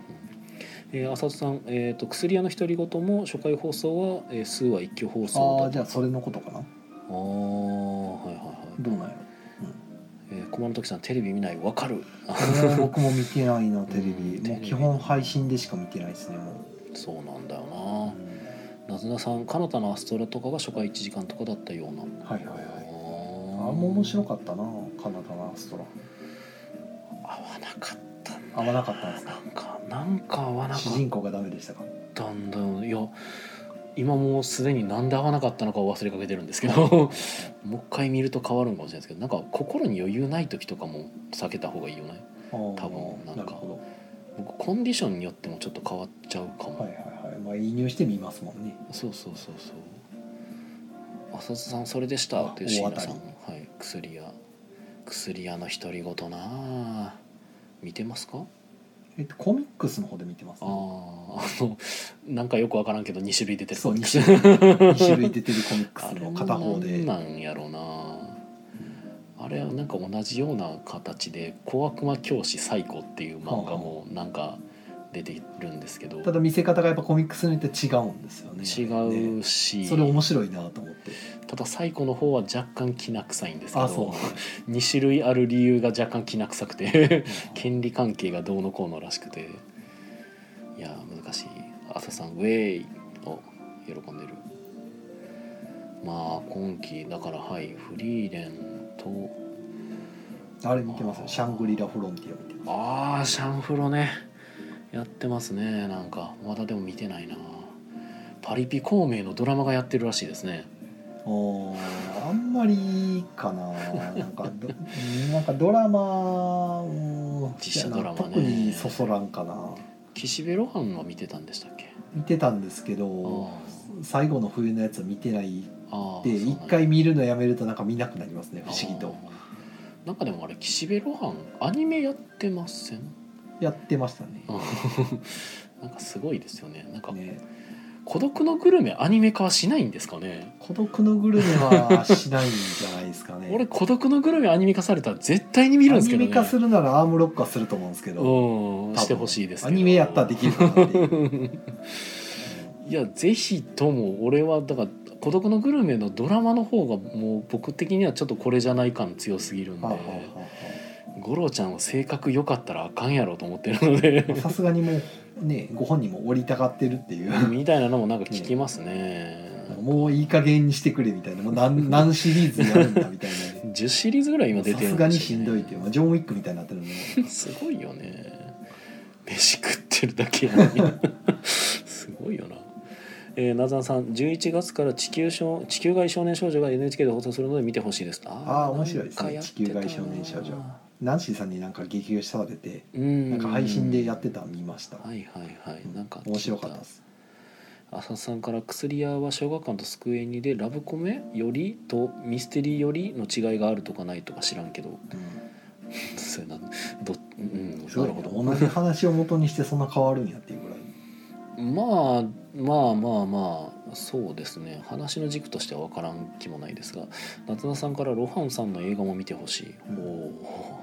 えー浅田さん、えー、と薬屋の独り言も初回放送は、えー、数は一挙放送あだあじゃあそれのことかなあーはいはいはい、どうなんやろえー、駒の時さんテレビ見ないわかるあこれは僕も見てないなテレビ うんもう基本配信でしか見てないですねもそうなんだよう、ななずなさん「かなたのアストラ」とかが初回1時間とかだったようなはいはいはいああれも面白かったなカナダのアストラ合わなかったんだ合わなかったんですかなんかなんか合わなか主っ人公がダメでしたかたんだよいや今もうすでになんで合わなかったのかを忘れかけてるんですけど もう一回見ると変わるのかもしれないですけどなんか心に余裕ない時とかも避けた方がいいよね多分なんかなるほ僕コンディションによってもちょっと変わっちゃうかも、どはいはいはいまあ移入してみますもんねそうそうそうそう浅津さんそれでしたっていう椎大名当たさんりはい薬屋薬屋の独り言なあ見てますかえっとコミックスの方で見てますあねああのなんかよくわからんけど2種類出てるそうコミ2ックス 種類2種類出てるコミックあスれのも片方でなんなんやろうなあれはなんか同じような形で「小悪魔教師最古」っていう漫画もなんか出てるんですけどただ見せ方がやっぱコミックスによって違うんですよね違ねうしそれ面白いなと思ってただ最後の方は若干きな臭いんですけあそうど2種類ある理由が若干きな臭くて 権利関係がどうのこうのらしくていやー難しい朝さんウェイを喜んでるまあ今期だからはいフリーレンとあれ見てますよシャングリラ・フロンティア見てますああシャンフロねやってますねなんかまだでも見てないなパリピ孔明のドラマがやってるらしいですねあーあんまりかななんかど なんかドラマうん実写ドラマね特にそそらんかな岸辺露伴は見てたんでしたっけ見てたんですけあどー最後の冬のやつは見てないあーでそうなん一や回見るのやめるとなんか見なくなりますね不思議とあーなんかでもあれ岸辺露伴アニメやってま せんやってましたねなんかすごいですよねなんかね孤独のグルメアニメ化はしないんですかね孤独のグルメはしないんじゃないですかね俺孤独のグルメアニメ化されたら絶対に見るんアですニけど、ね、メ化するならアームロックはすると思うんですけどうんしてほしいですアけどニメやったらできるかなっていう いやぜひとも俺はだから「孤独のグルメ」のドラマの方がもう僕的にはちょっとこれじゃない感強すぎるんではあはあは五郎ちゃんは性格良かったらあかんやろと思ってるの であはあさすがにもうねご本人も降りたがってるっていうみたいなのもなんか聞きますね。もういい加減にしてくれみたいなもう何何シリーズやるんだみたいなね10シリーズぐらい今出さてるすかがもにれしんどいっていう、まあ、ジョン・ウィックみたいになってるのもすごいよね飯食ってるだけやのにすごいよなえー、なざんさん11月から地球少地球外少年少女が NHK で放送するので見てほしいですあー面白いですねなんかやってたな地球外少年少女ナンシーさんになんか激推しされててうんなんか配信でやってたの見ました、はいはいはいなんか面白かったです浅田さんから「薬屋は小学館とスクエニでラブコメよりとミステリーよりの違いがあるとかないとか知らんけどそういうなどうんすごいなるなほど同じ話を元にしてそんな変わるんやっていうぐらいまあまあまあまあそうですね話の軸としては分からん気もないですが夏菜さんから「ロハンさんの映画も見てほしい」うんおお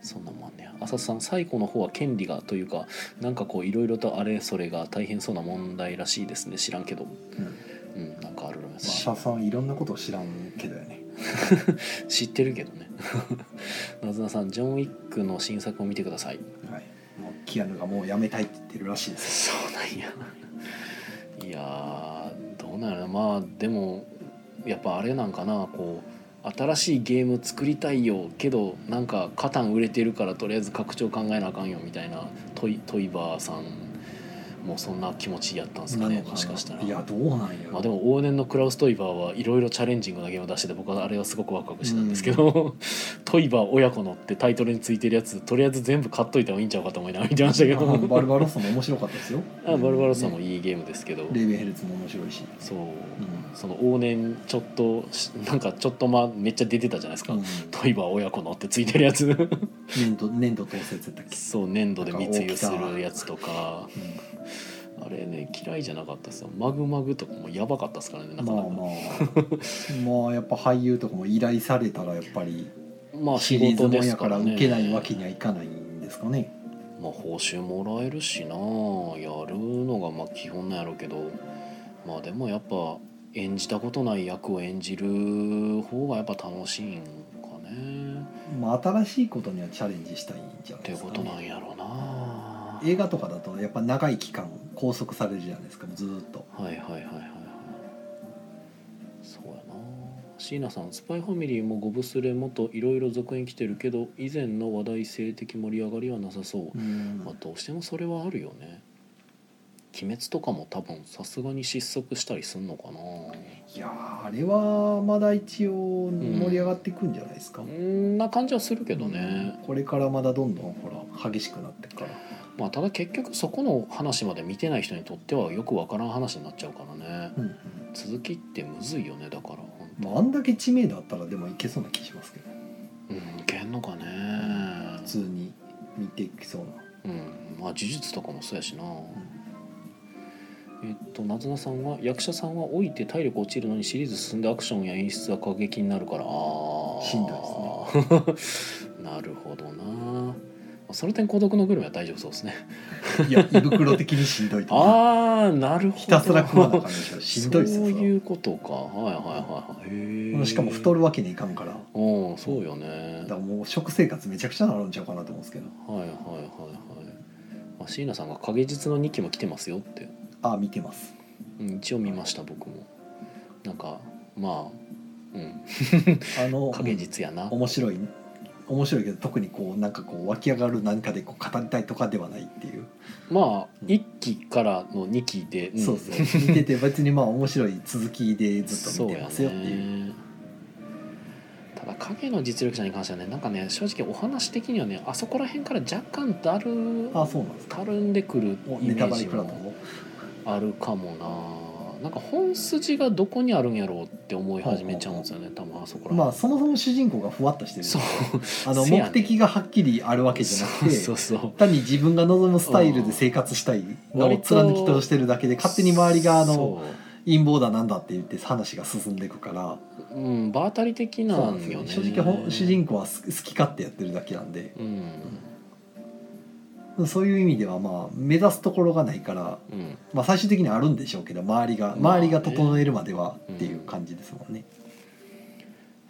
そんなんもあんねや浅田さん最後の方は権利がというかなんかこういろいろとあれそれが大変そうな問題らしいですね知らんけどうんうんなんかあるらしいまあ、さんいろんなことを知らんけどやね知ってるけどね 夏菜さんジョン・ウィックの新作を見てくださいはいもうキアヌがもうやめたいって言ってるらしいですそうなんやいやーどうなるなまあでもやっぱあれなんかなこう新しいゲーム作りたいよけどなんかカタン売れてるからとりあえず拡張考えなあかんよみたいなトイトイバーさんもそんな気持ちやったんですかねもしかしたらいやどうなんやろまあでも往年のクラウス・トイバーはいろいろチャレンジングなゲームを出してて僕はあれはすごくワクワクしてたんですけど「 トイバー親子の」ってタイトルについてるやつとりあえず全部買っといた方がいいんちゃうかと思いながら見てましたけあどバルバロッサも面白かったですよあバルバロさんもねいいゲームですけど、レイベンヘルツも面白いし、そう、うその往年ちょっとしなんかちょっとまめっちゃ出てたじゃないですか、ん、トイバー親子のってついてるやつ 粘土粘土統制だっけ、そう粘土で密輸するやつとかう、あれね嫌いじゃなかったですよマグマグとかもやばかったですからねなんかまなあか、ままあまあやっぱ俳優とかも依頼されたらやっぱりあ、仕シリーズ事もでんすやかかららね受けないわけにはいかないんですかねまあ報酬もらえるしなやるのがまあ基本なんやろうけどまあでもやっぱ演じたことない役を演じる方がやっぱ楽しいんかねまあ新しいことにはチャレンジしたいんじゃっないていでうすこか、とね、なんやろうな映画とかだとやっぱ長い期間拘束されるじゃないですかずーっとはいはいはいはいはいそうやな椎名さん「スパイファミリー」もゴブスレもといろいろ続編来てるけど以前の話題性的盛り上がりはなさそうう、んまあ、どうしてもそれはあるよね鬼滅とかも多分さすがに失速したりすんのかないやーあれはまだ一応盛り上がっていくんじゃないですか、うんな感じはするけどね、これからまだどんどんほら激しくなってくからまあ、ただ結局そこの話まで見てない人にとってはよくわからん話になっちゃうからねうんうん続きってむずいよねだから本当まあ、あんだけ知名度あったらでもいけそうな気しますけどうんいけんのかね普通に見ていきそうな うんまあ呪術とかもそうやしな、んえっと夏菜さんは役者さんは老いて体力落ちるのにシリーズ進んでアクションや演出は過 激になるからあーしんどなるほどなその点孤独のグルメは大丈夫そうですねいや胃袋的にしんどいと思うああなるほどひたすら 食わなあかんでしょしんどいっすそようそれいうことかはいはいはいはいへはえしかも太るわけにいかんからうんそうよねだからもう食生活めちゃくちゃなるんちゃうかなと思うんですけどはいはいはいはいあ椎名さんが「影実の2期も来てますよ」って、ああ見てますうん、一応見ました僕もなんかまあうんあの影実やな、面白い面白いけど特にこうなんかこう湧き上がる何かでこう語りたいとかではないっていう、まあうん1期からの2期で、んそうそう見てて別にまあ面白い続きでずっと見てますよっていうそうやねただ影の実力者に関してはねなんかね正直お話的にはねあそこら辺から若干だるああそうなんですかたるんでくるおイメネターバレジプラットももあるかもななんか本筋がどこにあるんやろうって思い始めちゃうんですよね多分あそこら辺まあそもそも主人公がふわっとしてるそうあのせや目ね的がはっきりあるわけじゃなくてそうそうそう単に自分が望むスタイルで生活したいのを貫き通してるだけで勝手に周りがあのそう陰謀だなんだって言って話が進んでいくからうん場当たり的そうななんんですよよね正直ほん主人公はす好き勝手やってるだけなんでうんそういう意味ではまあ目指すところがないから、うんまあ、最終的にはあるんでしょうけど周りがまあね周りが整えるまではっていう感じですもんね。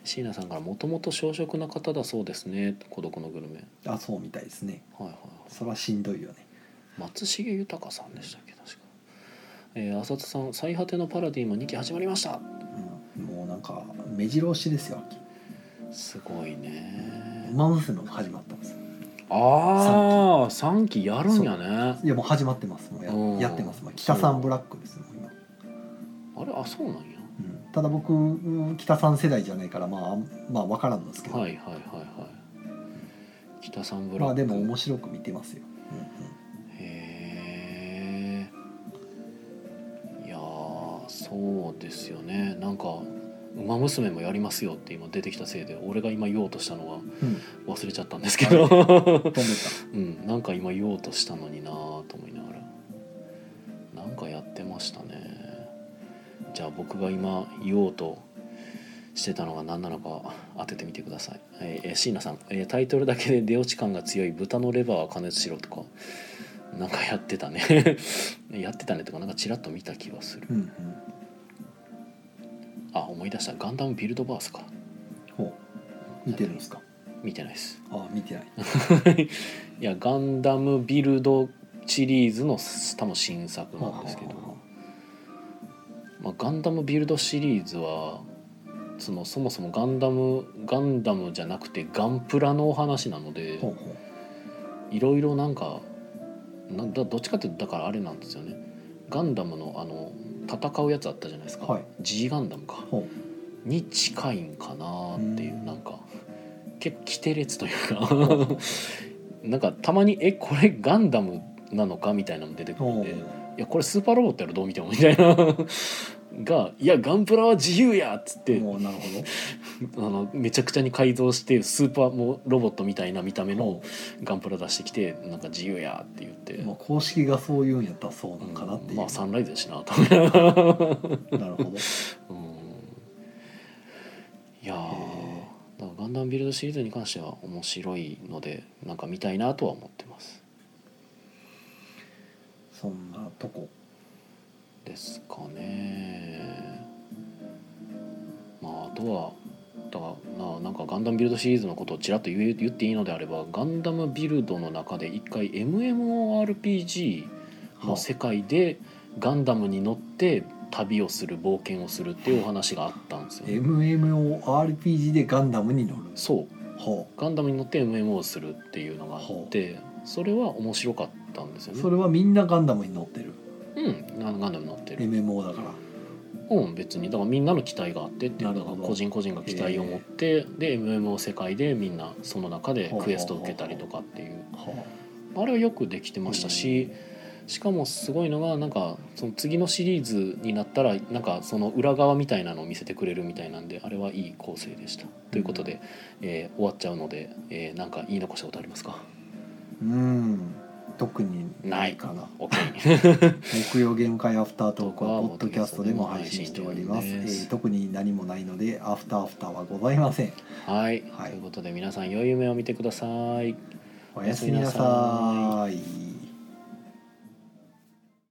椎名さんから「もともと小食な方だそうですね」孤独のグルメあそうみたいですね。はいはいそれはしんどいよね。松重豊さんでしたっけ確か、えー、浅田さん「最果てのパラディ」も2期始まりましたうん、もうなんか目白押しですよ。秋すごいね馬娘も始まったんですよ。ああ3期やるんやねいやもう始まってます。もうやうんやってます。まあ、北さんブラックですもう今。あれあそうなんやうん、ただ僕うん北さん世代じゃないからまああんまあ分からんんですけど、はいはいはいはい北さんブラックまあでも面白く見てますよ。うんへえいやーそうですよねなんか「ウマ娘」もやりますよって今出てきたせいで俺が今言おうとしたのはうん。うん、忘れちゃったんですけど、飛んでった。うんなんか今言おうとしたのになぁと思いながらなんかやってましたねじゃあ僕が今言おうとしてたのが何なのか当ててみてください、えーえー、椎名さん、えータイトルだけで出落ち感が強い豚のレバーは加熱しろとかなんかやってたね やってたねとかなんかちらっと見た気がするうんうん。あ思い出したガンダムビルドバースかほう見てるんですか。見てないですあ見てない。いやガンダムビルドシリーズの多分新作なんですけど、まあ、ガンダムビルドシリーズはそのそもそもガンダムガンダムじゃなくてガンプラのお話なのでほうほいろいろなんかなんだどっちかっていうとだからあれなんですよねガンダムのあの戦うやつあったじゃないですか、はい G ガンダムかうほに近いんかなっていううんなんか結構規定列というか なんかたまに「えこれガンダムなのか?」みたいなの出てうくるんほで。ういやこれスーパーロボットやろどう見てもみたいな が「いやガンプラは自由や!」っつってもうなるほあのめちゃくちゃに改造してスーパーもうロボットみたいな見た目どのガンプラ出してきてなんか自由やって言って、まあ公式がそう言うんやったらそうなんかなっていう、まあサンライズやしなと思いながらなる ほどうんいやーへだからガンダムビルドシリーズに関しては面白いのでなんか見たいなとは思ってますそんなとこですかねまああとはだからななんかガンダムビルドシリーズのことをちらっと言え言っていいのであればガンダムビルドの中で一回 MMORPG の世界でガンダムに乗って旅をする冒険をするっていうお話があったんですよ、ね、 MMORPG でガンダムに乗るそうほガンダムに乗って MMO をするっていうのがあってそれは面白かったんですようねそれはみんなガンダムに乗ってるうんガンガンダムに乗ってる MMO だからうん別にだからみんなの期待があってっていうなだるかほらど個人個人が期待を持ってで MMO 世界でみんなその中でクエストを受けたりとかっていうはあれはよくできてましたししかもすごいのがなんかその次のシリーズになったらなんかその裏側みたいなのを見せてくれるみたいなんであれはいい構成でした。ということで、えー終わっちゃうので、えーなんか言い残したことありますかうん特にないかな ?OK 木曜ゲーム会アフタートークはポッドキャストでも配信しております、えですー特に何もないのでアフターアフターはございませんはい、はいということで皆さん良い夢を見てください。おやすみなさーい